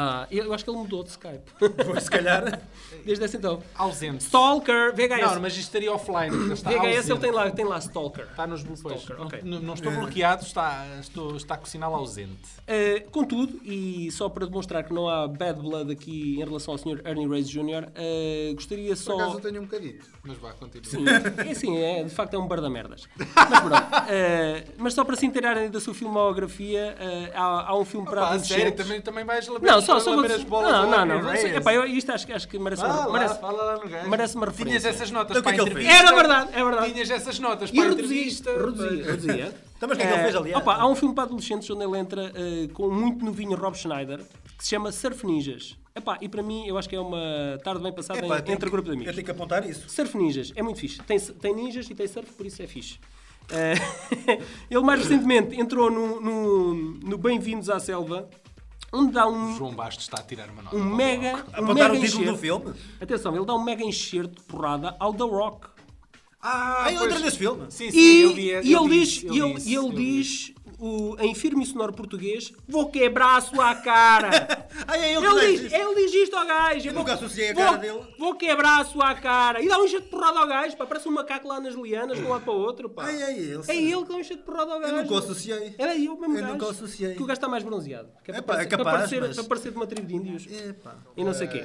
Speaker 1: Ah, eu acho que ele mudou de Skype.
Speaker 3: Pois, se calhar.
Speaker 1: Desde esse então.
Speaker 2: Ausente.
Speaker 1: Stalker, VHS.
Speaker 2: Não, mas isto estaria offline. porque Está
Speaker 1: VHS
Speaker 2: ausente.
Speaker 1: ele tem lá, tem lá Stalker.
Speaker 2: Está nos bloqueios.
Speaker 1: Stalker, ok.
Speaker 2: Não, não estou bloqueado, está, estou, está com o sinal ausente.
Speaker 1: Uh, contudo, e só para demonstrar que não há bad blood aqui em relação ao Sr. Ernie Reyes Jr., uh, gostaria
Speaker 4: Por acaso
Speaker 1: só.
Speaker 4: eu tenho um bocadinho.
Speaker 2: Mas vá, continua.
Speaker 1: Sim, é assim, é, de facto é um bar da merdas. Mas pronto. uh, mas só para se inteirarem da sua filmografia, uh, há, há um
Speaker 3: Ah,
Speaker 1: filme para
Speaker 2: Pá, a sério,
Speaker 1: adolescentes.
Speaker 2: também, também vais lamber,
Speaker 1: Não, só, só vou
Speaker 2: lamber
Speaker 1: dizer-
Speaker 2: as bolas
Speaker 1: Não,
Speaker 2: do
Speaker 1: não,
Speaker 2: Larry
Speaker 1: não.
Speaker 2: Reyes.
Speaker 1: Epá, eu- isto acho, que- acho que merece,
Speaker 2: Fala
Speaker 1: uma,
Speaker 2: lá,
Speaker 1: merece,
Speaker 2: fala lá no gajo.
Speaker 1: merece uma referência.
Speaker 2: Tinhas essas notas
Speaker 3: Então, o que
Speaker 2: para
Speaker 3: é
Speaker 2: a
Speaker 3: que ele
Speaker 2: entrevista.
Speaker 1: Era verdade, é verdade.
Speaker 2: Tinhas essas notas
Speaker 1: E
Speaker 2: para a
Speaker 1: reduzia,
Speaker 2: entrevista.
Speaker 1: reduzia, reduzia.
Speaker 3: Então, mas o que é que ele fez ali?
Speaker 1: Opa, há um filme para adolescentes onde ele entra eh, com muito novinho Rob Schneider que se chama Surf Ninjas. Epá, e para mim eu acho que é uma tarde bem passada
Speaker 3: Epá, eu
Speaker 1: entre
Speaker 3: tenho que-
Speaker 1: grupo de amigos.
Speaker 3: Eu tenho que apontar isso.
Speaker 1: Surf Ninjas, é muito fixe. Tem, tem ninjas e tem surf, por isso é fixe. Eh, ele mais recentemente entrou no, no, no Bem-vindos à Selva, onde dá um,
Speaker 2: João Bastos está a tirar uma nota.
Speaker 1: um
Speaker 2: para o
Speaker 1: mega.
Speaker 2: bloco.
Speaker 1: Um
Speaker 3: Apontar
Speaker 1: mega
Speaker 3: o título do
Speaker 1: enxerto.
Speaker 3: filme?
Speaker 1: Atenção, ele dá um mega enxerto de porrada ao The Rock.
Speaker 2: Ah,
Speaker 3: Ah, ele
Speaker 2: pois.
Speaker 3: entra nesse filme?
Speaker 2: Sim, sim,
Speaker 1: E,
Speaker 2: eu vi-
Speaker 1: e
Speaker 2: eu
Speaker 1: ele
Speaker 2: vi
Speaker 1: diz, e
Speaker 2: isso, eu vi
Speaker 1: ele,
Speaker 2: isso,
Speaker 1: e ele
Speaker 2: eu vi isso.
Speaker 1: diz o, em firme e sonoro português, vou quebrar a sua cara.
Speaker 3: Ah, é ele, que
Speaker 1: ele,
Speaker 3: diz
Speaker 1: diz,
Speaker 3: isso.
Speaker 1: ele diz isto ao gajo.
Speaker 3: Eu nunca associei a
Speaker 1: vou-
Speaker 3: cara dele."
Speaker 1: Vou quebrar a sua cara. E dá um enxerto de porrada ao gajo, pá. Parece um macaco lá nas lianas, de um lado para o outro, pá.
Speaker 3: Ai, é ele,
Speaker 1: É
Speaker 3: sim.
Speaker 1: ele que dá um enxerto de porrada ao gajo.
Speaker 3: nunca o associei.
Speaker 1: Era eu, o mesmo
Speaker 3: Eu
Speaker 1: gajo.
Speaker 3: nunca o associei.
Speaker 1: Que o gajo está mais bronzeado. Que é para
Speaker 3: É pá, é
Speaker 1: parecer- para
Speaker 3: capaz,
Speaker 1: parecer-
Speaker 3: mas-
Speaker 1: para parecer de uma tribo de índios
Speaker 3: Epá.
Speaker 1: e não sei o quê.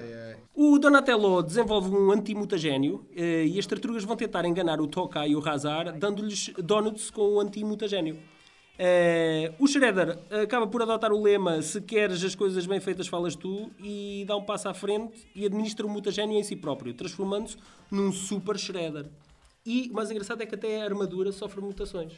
Speaker 1: O Donatello desenvolve um antimutagénio eh, e as tartarugas vão tentar enganar o Tokai e o Hazar, dando-lhes donuts com o antimutagénio. Eh, o Shredder acaba por adotar o lema se queres as coisas bem feitas falas tu e dá um passo à frente e administra o mutagénio em si próprio, transformando-se num super Shredder. E o mais engraçado é que até a armadura sofre mutações.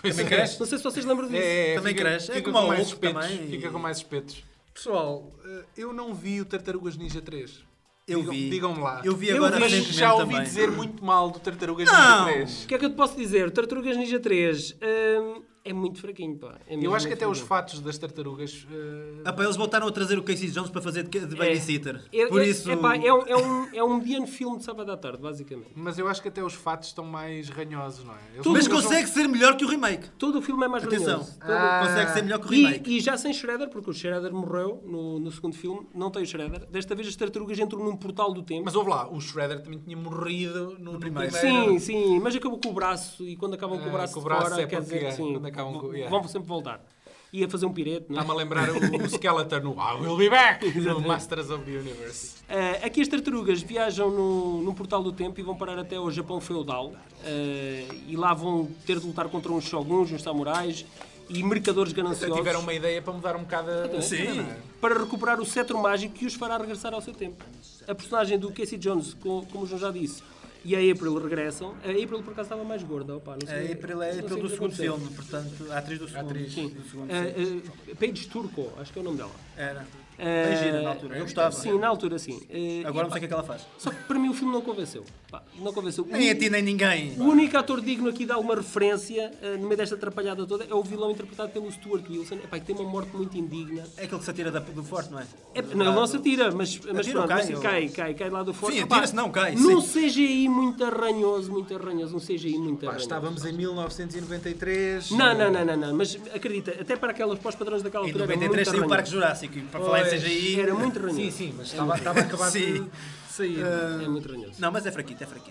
Speaker 2: Pois é.
Speaker 1: Não sei se vocês lembram disso.
Speaker 2: É, é,
Speaker 3: Também
Speaker 2: fica-
Speaker 3: cresce. É
Speaker 2: fica
Speaker 3: como
Speaker 2: com
Speaker 3: ao
Speaker 2: mais
Speaker 3: outro
Speaker 2: espetos.
Speaker 3: também.
Speaker 2: Fica com mais espetos. Pessoal, eh, eu não vi o Tartarugas Ninja 3.
Speaker 3: Eu
Speaker 2: Digam-
Speaker 3: vi.
Speaker 2: Digam-me lá.
Speaker 3: Eu vi
Speaker 1: Eu
Speaker 3: agora
Speaker 1: vi.
Speaker 2: Mas
Speaker 3: recentemente
Speaker 2: já ouvi
Speaker 3: também.
Speaker 2: dizer muito mal do Tartarugas
Speaker 3: Não!
Speaker 2: Ninja 3.
Speaker 1: O que é que eu te posso dizer? Tartarugas Ninja 3 hum, é muito fraquinho, pá. É mesmo
Speaker 2: Eu acho que
Speaker 1: muito
Speaker 2: até os
Speaker 1: fraquinho.
Speaker 2: fatos das tartarugas. eh,
Speaker 3: Ah, pá, eles voltaram a trazer o Casey Jones para fazer de, de babysitter.
Speaker 1: É,
Speaker 3: Por
Speaker 1: é,
Speaker 3: isso.
Speaker 1: É, pá, é um, é, um, é um mediano filme de sábado à tarde, basicamente.
Speaker 2: Mas eu acho que até os fatos estão mais ranhosos, não é? Eles
Speaker 1: Tudo,
Speaker 2: não
Speaker 3: Mas
Speaker 2: são-
Speaker 3: consegue ser melhor que o remake.
Speaker 1: Todo o filme é mais
Speaker 3: Atenção. Ah,
Speaker 1: vergonhoso.
Speaker 3: Consegue ser melhor que o remake.
Speaker 1: E, e já sem Shredder, porque o Shredder morreu no, no segundo filme, não tem o Shredder. Desta vez as tartarugas entram num portal do tempo.
Speaker 2: Mas ouve lá, o Shredder também tinha morrido no, no primeiro.
Speaker 1: sim, sim, mas acabou com o braço e quando acabam com o
Speaker 2: Ah,
Speaker 1: braço,
Speaker 2: com o
Speaker 1: de
Speaker 2: braço
Speaker 1: fora,
Speaker 2: é
Speaker 1: quer
Speaker 2: porque
Speaker 1: dizer,
Speaker 2: é,
Speaker 1: sim,
Speaker 2: quando acabam com- yeah.
Speaker 1: vão sempre voltar. Ia fazer um pirete, não é?
Speaker 2: Está-me a lembrar o, o Skeletor no I Will Be Back! no Masters of the Universe.
Speaker 1: Ah, aqui as tartarugas viajam no, num portal do tempo e vão parar até ao Japão feudal. Ah, e lá vão ter de lutar contra uns shoguns, uns samurais e mercadores
Speaker 2: Até
Speaker 1: gananciosos
Speaker 2: tiveram uma ideia para mudar um bocado a.
Speaker 3: Sim.
Speaker 1: para recuperar o cetro mágico que os fará regressar ao seu tempo. A personagem do Casey Jones, co- como o João já disse, e a April regressam. A April, por acaso, estava mais gorda. Opa, não sei,
Speaker 3: É April é
Speaker 1: não sei
Speaker 3: April
Speaker 1: o
Speaker 3: do
Speaker 1: que
Speaker 3: segundo
Speaker 1: aconteceu.
Speaker 3: filme, portanto, a atriz do segundo.
Speaker 1: Sim.
Speaker 3: do segundo filme.
Speaker 1: Ah, ah, Paige Turco, acho que é o nome dela.
Speaker 3: Era.
Speaker 1: Ah,
Speaker 3: Bem gira na altura, eu gostava.
Speaker 1: Sim, na altura, sim. Ah,
Speaker 3: Agora
Speaker 1: e,
Speaker 3: não sei o que é que ela faz.
Speaker 1: Só que para mim o filme não convenceu. Pá, não convenceu.
Speaker 3: Nem é
Speaker 1: O-
Speaker 3: a ti, nem ninguém.
Speaker 1: O único ator digno aqui de alguma referência, eh, no meio desta atrapalhada toda, é o vilão interpretado pelo Stuart Wilson. Epá, que tem uma morte muito indigna.
Speaker 3: É aquele que se atira da- do forte, não é?
Speaker 1: É, não, ele não se atira, mas, mas
Speaker 3: Atira ou
Speaker 1: pronto,
Speaker 3: cai,
Speaker 1: mas
Speaker 3: ou-
Speaker 1: cai, cai, cai lá do forte.
Speaker 3: Sim,
Speaker 1: Epá,
Speaker 3: atira-se não, cai,
Speaker 1: Num
Speaker 3: sim.
Speaker 1: CGI muito arranhoso, muito arranhoso, um CGI muito
Speaker 2: Pá,
Speaker 1: arranhoso.
Speaker 2: estávamos em 1993.
Speaker 1: Não, não, não, não, não, mas acredita, até para aquelas pós-padrões daquela
Speaker 3: Em
Speaker 1: altura era muito
Speaker 3: 93 saiu o Parque
Speaker 1: arranhoso.
Speaker 3: Jurássico. E para falar em CGI.
Speaker 1: Era muito arranhoso.
Speaker 2: Sim, sim, mas estava, estava a acabar
Speaker 3: Sim.
Speaker 2: de sair.
Speaker 1: É muito arranhoso.
Speaker 3: Não, mas é fraquito, é fraquito.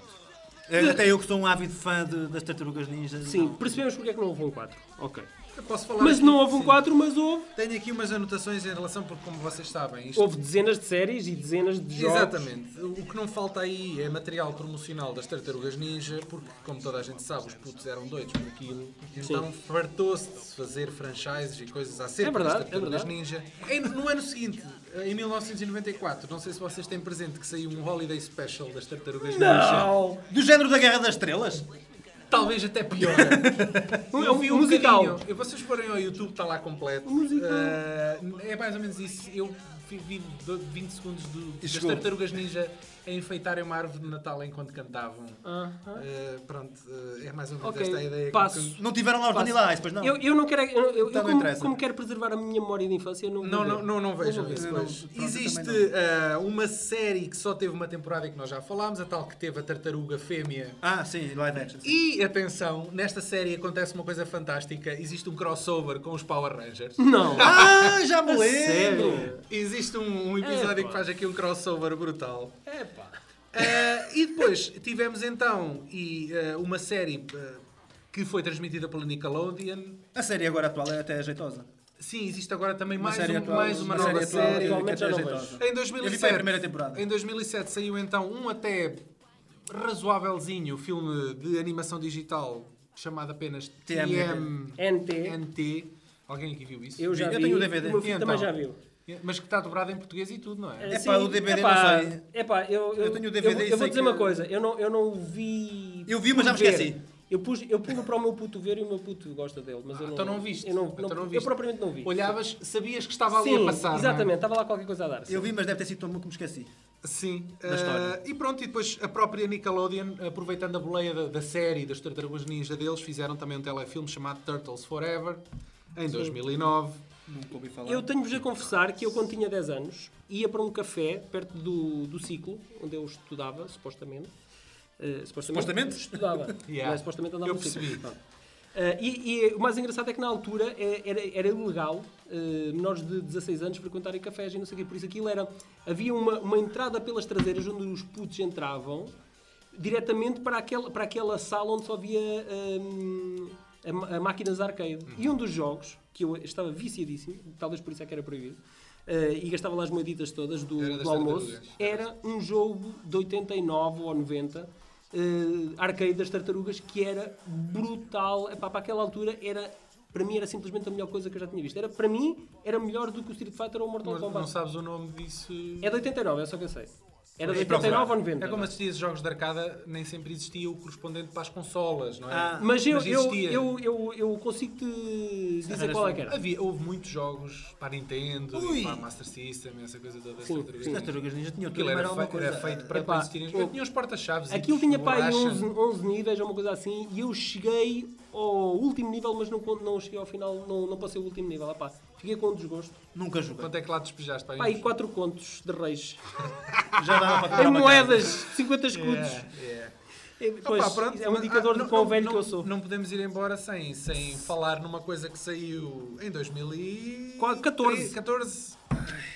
Speaker 3: É, Até eu que sou um ávido fã de- das tartarugas ninjas.
Speaker 1: Sim, percebemos porque é que não houve um 4. Ok.
Speaker 2: Eu posso falar
Speaker 1: Mas
Speaker 2: aqui,
Speaker 1: não houve um
Speaker 2: sim.
Speaker 1: 4, mas houve.
Speaker 2: Tenho aqui umas anotações em relação, porque como vocês sabem, isto...
Speaker 1: Houve dezenas de séries e dezenas de jogos.
Speaker 2: Exatamente. O que não falta aí é material promocional das Tartarugas Ninja, porque, como toda a gente sabe, os putos eram doidos por aquilo. Então fartou-se de se fazer franchises e coisas acerca
Speaker 1: É verdade,
Speaker 2: das Tartarugas
Speaker 1: é verdade.
Speaker 2: Ninja. Em- no ano seguinte, eh, em 1994, não sei se vocês têm presente que saiu um Holiday Special das Tartarugas Ninja.
Speaker 1: Não!
Speaker 3: Do género da Guerra das Estrelas?
Speaker 2: Talvez até pior.
Speaker 1: Um-
Speaker 2: Eu vi
Speaker 1: um
Speaker 2: um
Speaker 1: musical.
Speaker 2: bocadinho. Vocês forem ao YouTube, está lá completo.
Speaker 1: musical.
Speaker 2: Ah, é mais ou menos isso. Eu vi- vi do- 20 segundos do, das
Speaker 3: chegou.
Speaker 2: Tartarugas Ninja a enfeitarem uma árvore de Natal enquanto cantavam. Ah, pronto, ah, é mais ou menos
Speaker 1: Ok,
Speaker 2: esta a ideia.
Speaker 1: passo.
Speaker 2: que-
Speaker 3: Não tiveram lá os
Speaker 1: Passo.
Speaker 3: Vanilla Ice, pois não?
Speaker 1: Eu, eu não quero. Eu, eu-
Speaker 3: Então
Speaker 1: eu
Speaker 3: não
Speaker 1: como,
Speaker 3: interessa.
Speaker 1: como quero preservar a minha memória de infância, eu não. vou
Speaker 2: Não,
Speaker 1: ver.
Speaker 2: não, não, não vejam
Speaker 1: vou ver.
Speaker 2: isso.
Speaker 3: Não,
Speaker 2: pois.
Speaker 3: pronto, eu
Speaker 2: Existe
Speaker 3: também
Speaker 2: ah, uma série que só teve uma temporada e que nós já falámos, a tal que teve a Tartaruga Fêmea
Speaker 3: Ah, sim, live action. sim.
Speaker 2: E atenção, nesta série acontece uma coisa fantástica: existe um crossover com os Power Rangers.
Speaker 1: Não!
Speaker 3: Ah, já me lembro!
Speaker 1: Sério?
Speaker 2: Existe um, um episódio
Speaker 1: Epá.
Speaker 2: que faz aqui um crossover brutal.
Speaker 1: Epá!
Speaker 2: Ah, e depois tivemos então e, ah, uma série ah, que foi transmitida pela Nickelodeon.
Speaker 3: A série agora atual é até jeitosa.
Speaker 2: Sim, existe agora também
Speaker 3: Uma
Speaker 2: mais,
Speaker 3: série
Speaker 2: um-
Speaker 3: atual,
Speaker 2: mais uma, nova
Speaker 3: atual
Speaker 2: série.
Speaker 3: que
Speaker 1: atualmente
Speaker 3: até
Speaker 1: já
Speaker 3: é
Speaker 1: não
Speaker 3: jeitosa.
Speaker 2: Em
Speaker 3: Eu vi para
Speaker 2: 2007,
Speaker 3: a primeira temporada.
Speaker 2: Em 2007 saiu então um até razoávelzinho filme de animação digital chamado apenas
Speaker 3: TMNT.
Speaker 1: NT.
Speaker 2: TMNT. Alguém aqui viu isso?
Speaker 1: Eu já
Speaker 3: Eu
Speaker 1: vi.
Speaker 3: tenho o DVD.
Speaker 1: O meu filho
Speaker 2: E
Speaker 1: também
Speaker 2: então?
Speaker 1: já viu.
Speaker 2: Mas que está dobrado em português e tudo, não é?
Speaker 3: Epá, o DVD não sei.
Speaker 1: Epá, eu, eu,
Speaker 3: Eu tenho o DVD
Speaker 1: eu, eu
Speaker 3: e
Speaker 1: vou
Speaker 3: sei
Speaker 1: dizer
Speaker 3: que-
Speaker 1: uma coisa, eu não, eu não o vi.
Speaker 3: Eu vi, mas
Speaker 1: por
Speaker 3: já me
Speaker 1: ver.
Speaker 3: esqueci.
Speaker 1: Eu, pus, eu pulo para o meu puto ver e o meu puto gosta dele, mas eu não.
Speaker 2: Então não viste.
Speaker 1: Eu, não,
Speaker 2: Então
Speaker 1: não-
Speaker 2: não
Speaker 1: eu
Speaker 2: viste.
Speaker 1: propriamente não vi.
Speaker 2: Olhavas, sabias que estava ali
Speaker 1: Sim,
Speaker 2: a passar. não é?
Speaker 1: Exatamente, estava lá qualquer coisa a dar.
Speaker 3: Eu vi, mas deve ter sido tão bom que me esqueci.
Speaker 2: Sim.
Speaker 3: Da história.
Speaker 2: Ah, e pronto, e depois a própria Nickelodeon, aproveitando a boleia da, da série das Tartarugas Ninja deles, fizeram também um telefilme chamado Turtles Forever, em 2009.
Speaker 3: Nunca ouvi falar.
Speaker 1: Eu tenho-vos a confessar que eu, quando tinha 10 anos, ia para um café perto do, do ciclo, onde eu estudava, supostamente. Eh, supostamente?
Speaker 3: Supostamente?
Speaker 1: Estudava.
Speaker 2: Yeah.
Speaker 1: Não é, supostamente andava
Speaker 2: Eu
Speaker 1: no ciclo.
Speaker 2: percebi.
Speaker 1: Pronto. Eh, e, e o mais engraçado é que na altura eh, era, era ilegal eh, menores de 16 anos frequentarem cafés e não sei o quê. Por isso aquilo era. Havia uma, uma entrada pelas traseiras onde os putos entravam diretamente para aquela, para aquela sala onde só havia hum, a, ma- a máquinas arcade. E um dos jogos que eu estava viciadíssimo, talvez por isso é que era proibido, eh, e gastava lá as moeditas todas do,
Speaker 2: Era das
Speaker 1: do almoço,
Speaker 2: tartarugas.
Speaker 1: era um jogo de 89 ou 90, eh, arcade das tartarugas, que era brutal. Epá, para aquela altura era. Para mim era simplesmente a melhor coisa que eu já tinha visto. Era, para mim era melhor do que o Street Fighter ou o Mortal
Speaker 2: Não,
Speaker 1: Kombat.
Speaker 2: não sabes o nome disso.
Speaker 1: É de 89, é só que eu sei. Era de
Speaker 3: Vamos procurar.
Speaker 1: 89 ou 90.
Speaker 2: É como assistia esses jogos de arcada, nem sempre existia o correspondente para as consolas, não é?
Speaker 3: Ah.
Speaker 1: Mas eu, eu,
Speaker 2: existia. um
Speaker 1: eu, eu, eu consigo te dizer
Speaker 3: era
Speaker 1: qual é
Speaker 3: só-
Speaker 1: que era.
Speaker 2: Havia, houve muitos jogos para a Nintendo,
Speaker 3: Ui.
Speaker 2: e para a Master System, essa coisa toda.
Speaker 1: Sim,
Speaker 2: essa
Speaker 1: sim.
Speaker 3: As tartarugas ninja tinham tudo
Speaker 2: Aquilo
Speaker 3: era
Speaker 2: era,
Speaker 3: alguma
Speaker 2: fe-
Speaker 3: coisa.
Speaker 2: era feito para
Speaker 1: Epá,
Speaker 2: todos existirem.
Speaker 1: eu-
Speaker 2: Eu tinha os porta-chaves.
Speaker 1: Aquilo tinha para aí
Speaker 2: borracha.
Speaker 1: 11, 11 níveis, ou uma coisa assim, e eu cheguei ao último nível, mas não, con- não cheguei ao final, não, não passei o último nível. Epá, fiquei com um desgosto.
Speaker 3: Nunca joguei.
Speaker 2: Quanto é que lá despejaste para
Speaker 1: Pá, aí 4 contos de reis.
Speaker 3: Já
Speaker 2: É
Speaker 3: dava
Speaker 2: Ah,
Speaker 3: para comprar
Speaker 1: em
Speaker 3: uma
Speaker 1: moedas, 50 escudos.
Speaker 2: Yeah, yeah.
Speaker 1: É, pois,
Speaker 2: Opa, É. pronto,
Speaker 1: é um
Speaker 2: mas-
Speaker 1: indicador
Speaker 2: ah,
Speaker 1: de
Speaker 2: não-
Speaker 1: quão
Speaker 2: não-
Speaker 1: velho
Speaker 2: não-
Speaker 1: que eu sou.
Speaker 2: Não podemos ir embora sem, sem falar numa coisa que saiu em 2014.
Speaker 1: Qual- 14.
Speaker 2: 14.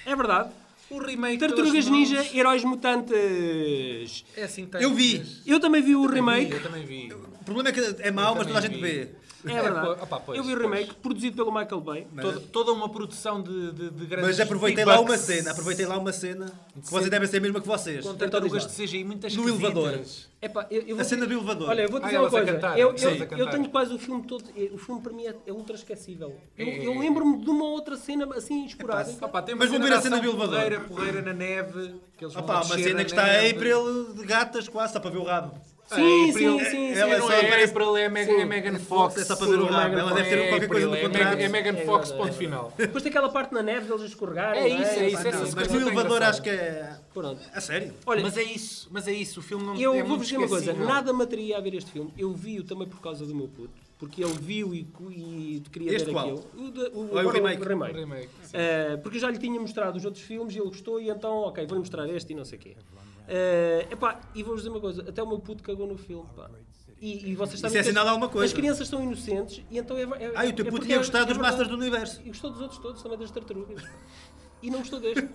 Speaker 1: É verdade.
Speaker 2: O remake
Speaker 1: Tartarugas
Speaker 2: pelas mãos.
Speaker 1: Ninja, Heróis Mutantes.
Speaker 2: É assim que
Speaker 3: cara.
Speaker 2: tem
Speaker 3: Eu
Speaker 2: que
Speaker 3: vi.
Speaker 2: dizer.
Speaker 1: Eu também vi o
Speaker 2: Eu também vi,
Speaker 1: remake.
Speaker 2: Eu também vi.
Speaker 3: O problema é que é mau, mas toda a gente
Speaker 2: também
Speaker 3: vê.
Speaker 1: É verdade.
Speaker 2: pô, opa, pois,
Speaker 1: eu vi o
Speaker 2: pois.
Speaker 1: remake, produzido pelo Michael Bay.
Speaker 2: Toda, toda uma produção de, de, de grandes
Speaker 3: é- Mas aproveitei
Speaker 2: big
Speaker 3: lá
Speaker 2: bucks
Speaker 3: uma cena, aproveitei lá uma cena que vocês devem ser a mesma que vocês.
Speaker 2: Com
Speaker 1: Então
Speaker 2: tartarugas de
Speaker 1: diz
Speaker 2: CGI, muitas
Speaker 3: No elevador.
Speaker 1: Epá, eu, eu vou
Speaker 3: A cena
Speaker 1: dizer-
Speaker 3: do elevador.
Speaker 1: Olha, eu vou te
Speaker 2: Ah,
Speaker 1: dizer uma
Speaker 2: elas a
Speaker 1: coisa.
Speaker 2: cantar.
Speaker 1: Eu, eu-
Speaker 2: Sim.
Speaker 1: eu tenho quase o filme todo. O filme para mim é, é ultra esquecível. Eu,
Speaker 2: É.
Speaker 1: eu lembro-me de uma outra cena assim esporádica.
Speaker 2: Opa, tem uma
Speaker 3: Mas vou ver
Speaker 2: de
Speaker 3: a cena
Speaker 2: ação
Speaker 3: do elevador.
Speaker 2: Porreira, porreira na neve. Que eles
Speaker 3: Ah
Speaker 2: vão
Speaker 3: pá, uma
Speaker 2: descer
Speaker 3: cena
Speaker 2: na
Speaker 3: que está
Speaker 2: neve.
Speaker 3: em April de gatas quase, só para ver o rabo.
Speaker 1: sim,
Speaker 2: Ah,
Speaker 1: sim,
Speaker 2: April-
Speaker 1: sim, sim.
Speaker 3: Ela
Speaker 2: Ela não
Speaker 3: só
Speaker 2: é
Speaker 3: aparece-
Speaker 2: April, é Meg-
Speaker 1: Sim.
Speaker 2: é Megan Fox.
Speaker 3: Fox, é só para ver o
Speaker 1: Sim,
Speaker 3: rabo.
Speaker 1: Megan
Speaker 3: Ela deve ter
Speaker 2: É
Speaker 3: qualquer coisa
Speaker 2: April, é
Speaker 3: no
Speaker 2: Meg-
Speaker 3: contrato.
Speaker 2: É Megan
Speaker 1: É
Speaker 2: Fox,
Speaker 1: verdade.
Speaker 2: ponto final.
Speaker 1: Depois tem aquela parte na neve, eles a escorregarem.
Speaker 2: É
Speaker 1: não
Speaker 2: isso,
Speaker 1: Epá,
Speaker 2: é isso, é
Speaker 1: não.
Speaker 2: isso.
Speaker 3: Ah, Mas
Speaker 2: Coisa
Speaker 3: no
Speaker 2: tão
Speaker 3: elevador
Speaker 2: engraçada.
Speaker 3: acho que é...
Speaker 1: Pronto.
Speaker 3: A sério?
Speaker 1: Olha,
Speaker 2: Mas é isso, mas é isso. O filme não
Speaker 1: eu
Speaker 2: é
Speaker 1: vou
Speaker 2: muito
Speaker 1: vos dizer uma coisa.
Speaker 2: esquecível.
Speaker 1: Nada mataria a ver este filme. Eu vi-o também por causa do meu puto. Porque ele viu e, e queria
Speaker 3: Este
Speaker 1: ver
Speaker 3: qual?
Speaker 1: aquilo. O, da- o,
Speaker 3: Ou é o
Speaker 1: agora
Speaker 3: remake?
Speaker 2: O remake, sim.
Speaker 1: Uh, porque eu já lhe tinha mostrado os outros filmes e ele gostou e então, ok, vou-lhe mostrar este e não sei o quê. Uh, epá, e vou-vos dizer uma coisa, até o meu puto cagou no filme, pá. E, e vocês sabem
Speaker 3: é
Speaker 1: que
Speaker 3: sinal de
Speaker 1: as-
Speaker 3: alguma coisa.
Speaker 1: As crianças são inocentes e então é... é
Speaker 3: Ah, e o teu
Speaker 1: é
Speaker 3: puto
Speaker 1: porque
Speaker 3: tinha
Speaker 1: é- é
Speaker 3: gostado dos
Speaker 1: verdade.
Speaker 3: Masters do Universo.
Speaker 1: E gostou dos outros todos, também das tartarugas. e não gostou deste.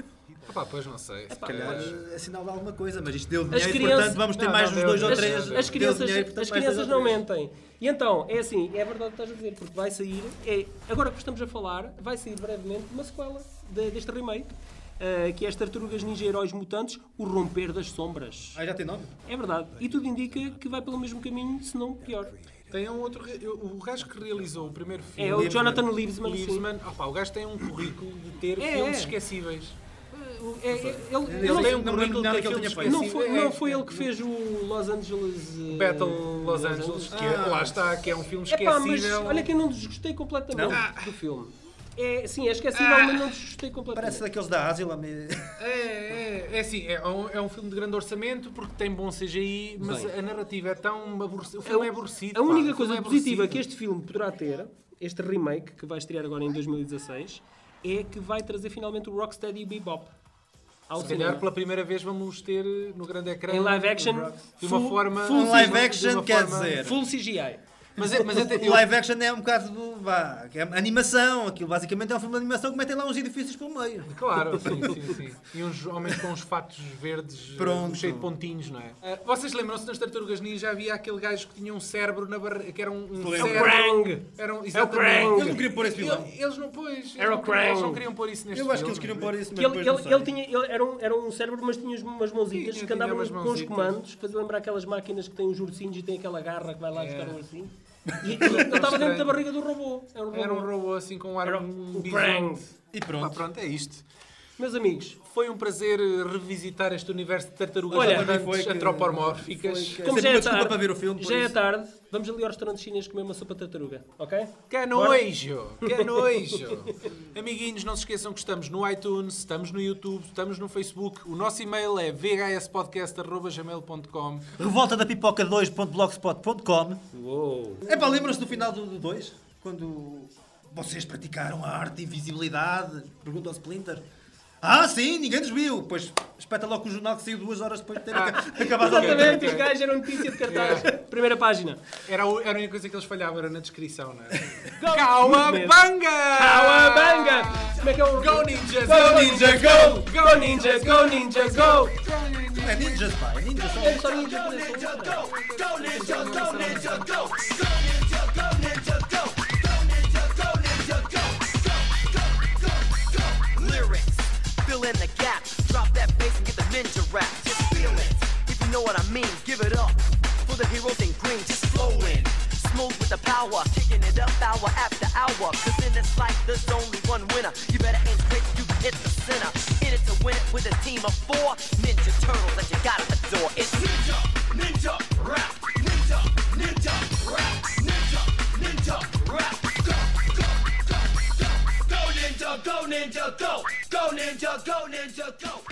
Speaker 2: Epá, pois não sei.
Speaker 1: Epá,
Speaker 3: Calhar
Speaker 1: olha,
Speaker 3: é sinal de alguma coisa, mas isto deu dinheiro,
Speaker 1: crianças-
Speaker 3: portanto vamos ter
Speaker 2: Não,
Speaker 3: mais
Speaker 2: não
Speaker 3: uns
Speaker 2: deu
Speaker 3: dois ou
Speaker 1: As,
Speaker 2: dinheiro,
Speaker 3: três.
Speaker 2: não
Speaker 1: as
Speaker 2: deu.
Speaker 3: Deu
Speaker 1: crianças,
Speaker 3: dinheiro, portanto,
Speaker 1: as
Speaker 3: mais dois
Speaker 1: crianças
Speaker 3: ou
Speaker 1: não
Speaker 3: três.
Speaker 1: mentem. E então, é assim, é verdade o que estás a dizer, porque vai sair, é, agora que estamos a falar, vai sair brevemente uma sequela de- deste remake, ah, que é as Tartarugas Ninja Heróis Mutantes, o Romper das Sombras.
Speaker 3: Ah, já tem nome?
Speaker 1: É verdade. E tudo indica que vai pelo mesmo caminho, se não pior.
Speaker 2: Tem um outro. re- O gajo que realizou o primeiro filme.
Speaker 1: É o Jonathan Liebsman. sim.
Speaker 2: Liebsman. Opá, o gajo tem um currículo de ter
Speaker 1: É,
Speaker 2: filmes
Speaker 1: é.
Speaker 2: esquecíveis.
Speaker 1: É, é, ele,
Speaker 2: Ele
Speaker 1: ele-
Speaker 2: tem um
Speaker 3: não me lembro
Speaker 2: currículo
Speaker 3: de nada
Speaker 2: de
Speaker 3: que ele
Speaker 2: filmes
Speaker 3: tenha feito.
Speaker 1: não
Speaker 2: esquecidos.
Speaker 1: foi,
Speaker 2: É,
Speaker 1: não foi ele que fez o Los Angeles... eh,
Speaker 2: Battle Los Angeles, que é, lá está, que é um filme
Speaker 1: Epá, mas
Speaker 2: esquecível.
Speaker 1: olha que eu não desgostei completamente
Speaker 3: Não?
Speaker 1: do filme. É, sim, é esquecível, mas não desgostei completamente.
Speaker 3: Parece daqueles da Asylum. e-
Speaker 2: É, é, é assim, é um, é um filme de grande orçamento porque tem bom CGI, mas
Speaker 1: Bem.
Speaker 2: a narrativa é tão aborrecida. O filme é aborrecido.
Speaker 1: A
Speaker 2: pá,
Speaker 1: única
Speaker 2: o filme
Speaker 1: coisa
Speaker 2: é
Speaker 1: positiva
Speaker 2: aborrecido.
Speaker 1: que este filme poderá ter, este remake que vai estrear agora em 2016, é que vai trazer finalmente o Rocksteady Bebop ao
Speaker 2: Se calhar
Speaker 1: cinema.
Speaker 2: pela primeira vez vamos ter eh, no grande ecrã.
Speaker 1: Em live action,
Speaker 2: De uma
Speaker 1: full-
Speaker 2: forma.
Speaker 1: full
Speaker 2: de uma-
Speaker 1: live
Speaker 2: de uma
Speaker 3: action, quer
Speaker 2: forma-
Speaker 3: dizer.
Speaker 1: Full CGI.
Speaker 2: Mas, é, mas até,
Speaker 3: O live action é um bocado de, vá, que é animação, aquilo basicamente é um filme de animação que metem lá uns edifícios pelo meio.
Speaker 2: Claro, sim, sim, sim. E uns homens com uns fatos verdes
Speaker 3: Pronto.
Speaker 2: eh, cheio de pontinhos, não é? Ah, vocês lembram-se nas Tartarugas Ninja havia aquele gajo que tinha um cérebro na barriga, que era um, um
Speaker 3: É o
Speaker 2: cérebro.
Speaker 1: Krang.
Speaker 2: Era um,
Speaker 1: Krang.
Speaker 2: exatamente.
Speaker 1: É Eles
Speaker 3: não queriam pôr esse vilão.
Speaker 2: Eles, eles não pôs.
Speaker 1: Era o Krang.
Speaker 2: Eles não queriam pôr isso neste
Speaker 3: Eu acho que
Speaker 2: filme.
Speaker 3: eles queriam pôr isso, mas
Speaker 1: é Que ele,
Speaker 3: depois
Speaker 1: ele-
Speaker 3: não sei.
Speaker 1: ele tinha, ele era, um, era um cérebro, mas tinha umas mãozinhas
Speaker 2: Tinha,
Speaker 1: que andavam
Speaker 2: tinha umas
Speaker 1: com os
Speaker 2: mãozitas.
Speaker 1: comandos, que fazia lembrar aquelas máquinas que têm os ursinhos e têm aquela garra que vai
Speaker 3: É.
Speaker 1: lá buscar o ursinho. E ele ele estava dentro da barriga do robô. Era um robô.
Speaker 2: Era um robô assim com um ar
Speaker 1: Era
Speaker 2: um
Speaker 1: o
Speaker 2: bisão.
Speaker 1: Krang.
Speaker 3: E
Speaker 2: Pá,
Speaker 3: pronto.
Speaker 2: pronto, é isto.
Speaker 1: Meus amigos,
Speaker 2: Foi um prazer eh, revisitar este universo de tartarugas
Speaker 1: Olha,
Speaker 2: mutantes
Speaker 3: foi que-
Speaker 2: antropomórficas.
Speaker 3: foi que-
Speaker 1: como
Speaker 3: sempre
Speaker 1: já
Speaker 3: uma
Speaker 1: é
Speaker 3: desculpa
Speaker 1: tarde,
Speaker 3: para ver o filme, por
Speaker 1: já é
Speaker 3: isso.
Speaker 1: tarde, vamos ali ao restaurante chinês comer uma sopa de tartaruga, ok?
Speaker 2: Que nojo! Que nojo! Amiguinhos, não se esqueçam que estamos no iTunes, estamos no YouTube, estamos no Facebook. O nosso e-mail é vhspodcast.gmail.com
Speaker 3: Revolta da pipoca 2.blogspot.com
Speaker 1: Uou!
Speaker 3: É pá, lembram-se do final do 2? Quando vocês praticaram a arte de invisibilidade? Pergunta ao Splinter. Ah, sim, ninguém nos viu. Pois espeta logo o jornal que saiu duas horas depois de ter aca- acabado a
Speaker 1: Exatamente, os gajos eram notícia de cartaz. Primeira página.
Speaker 2: Era a u- era a única coisa que eles falhavam, era na descrição, não é?
Speaker 1: mesmo.
Speaker 2: Cowabunga!
Speaker 1: Cowabunga! Como é que é o...
Speaker 2: Go ninjas!
Speaker 1: Go ninjas, go! Go ninjas, go ninjas, go!
Speaker 3: É ninjas, pá, é ninjas. só-
Speaker 1: Eu só ninja fazer essa música.
Speaker 4: lyrics. Fill in the gaps. Drop that bass and get the ninja rap. Just feel it. If you know what I mean, give it up. For the heroes in green, just flowing. Smooth with the power, kicking it up hour after hour. Cause in this life, there's only one winner. You better aim quick, you can hit the center. In it to win it with a team of four Ninja Turtles that you gotta adore. It's Ninja, Ninja, rap. Ninja, Ninja, rap. Ninja, Ninja, rap. Go, go, go, go. Go ninja, go ninja, go! Go ninja, go ninja, go!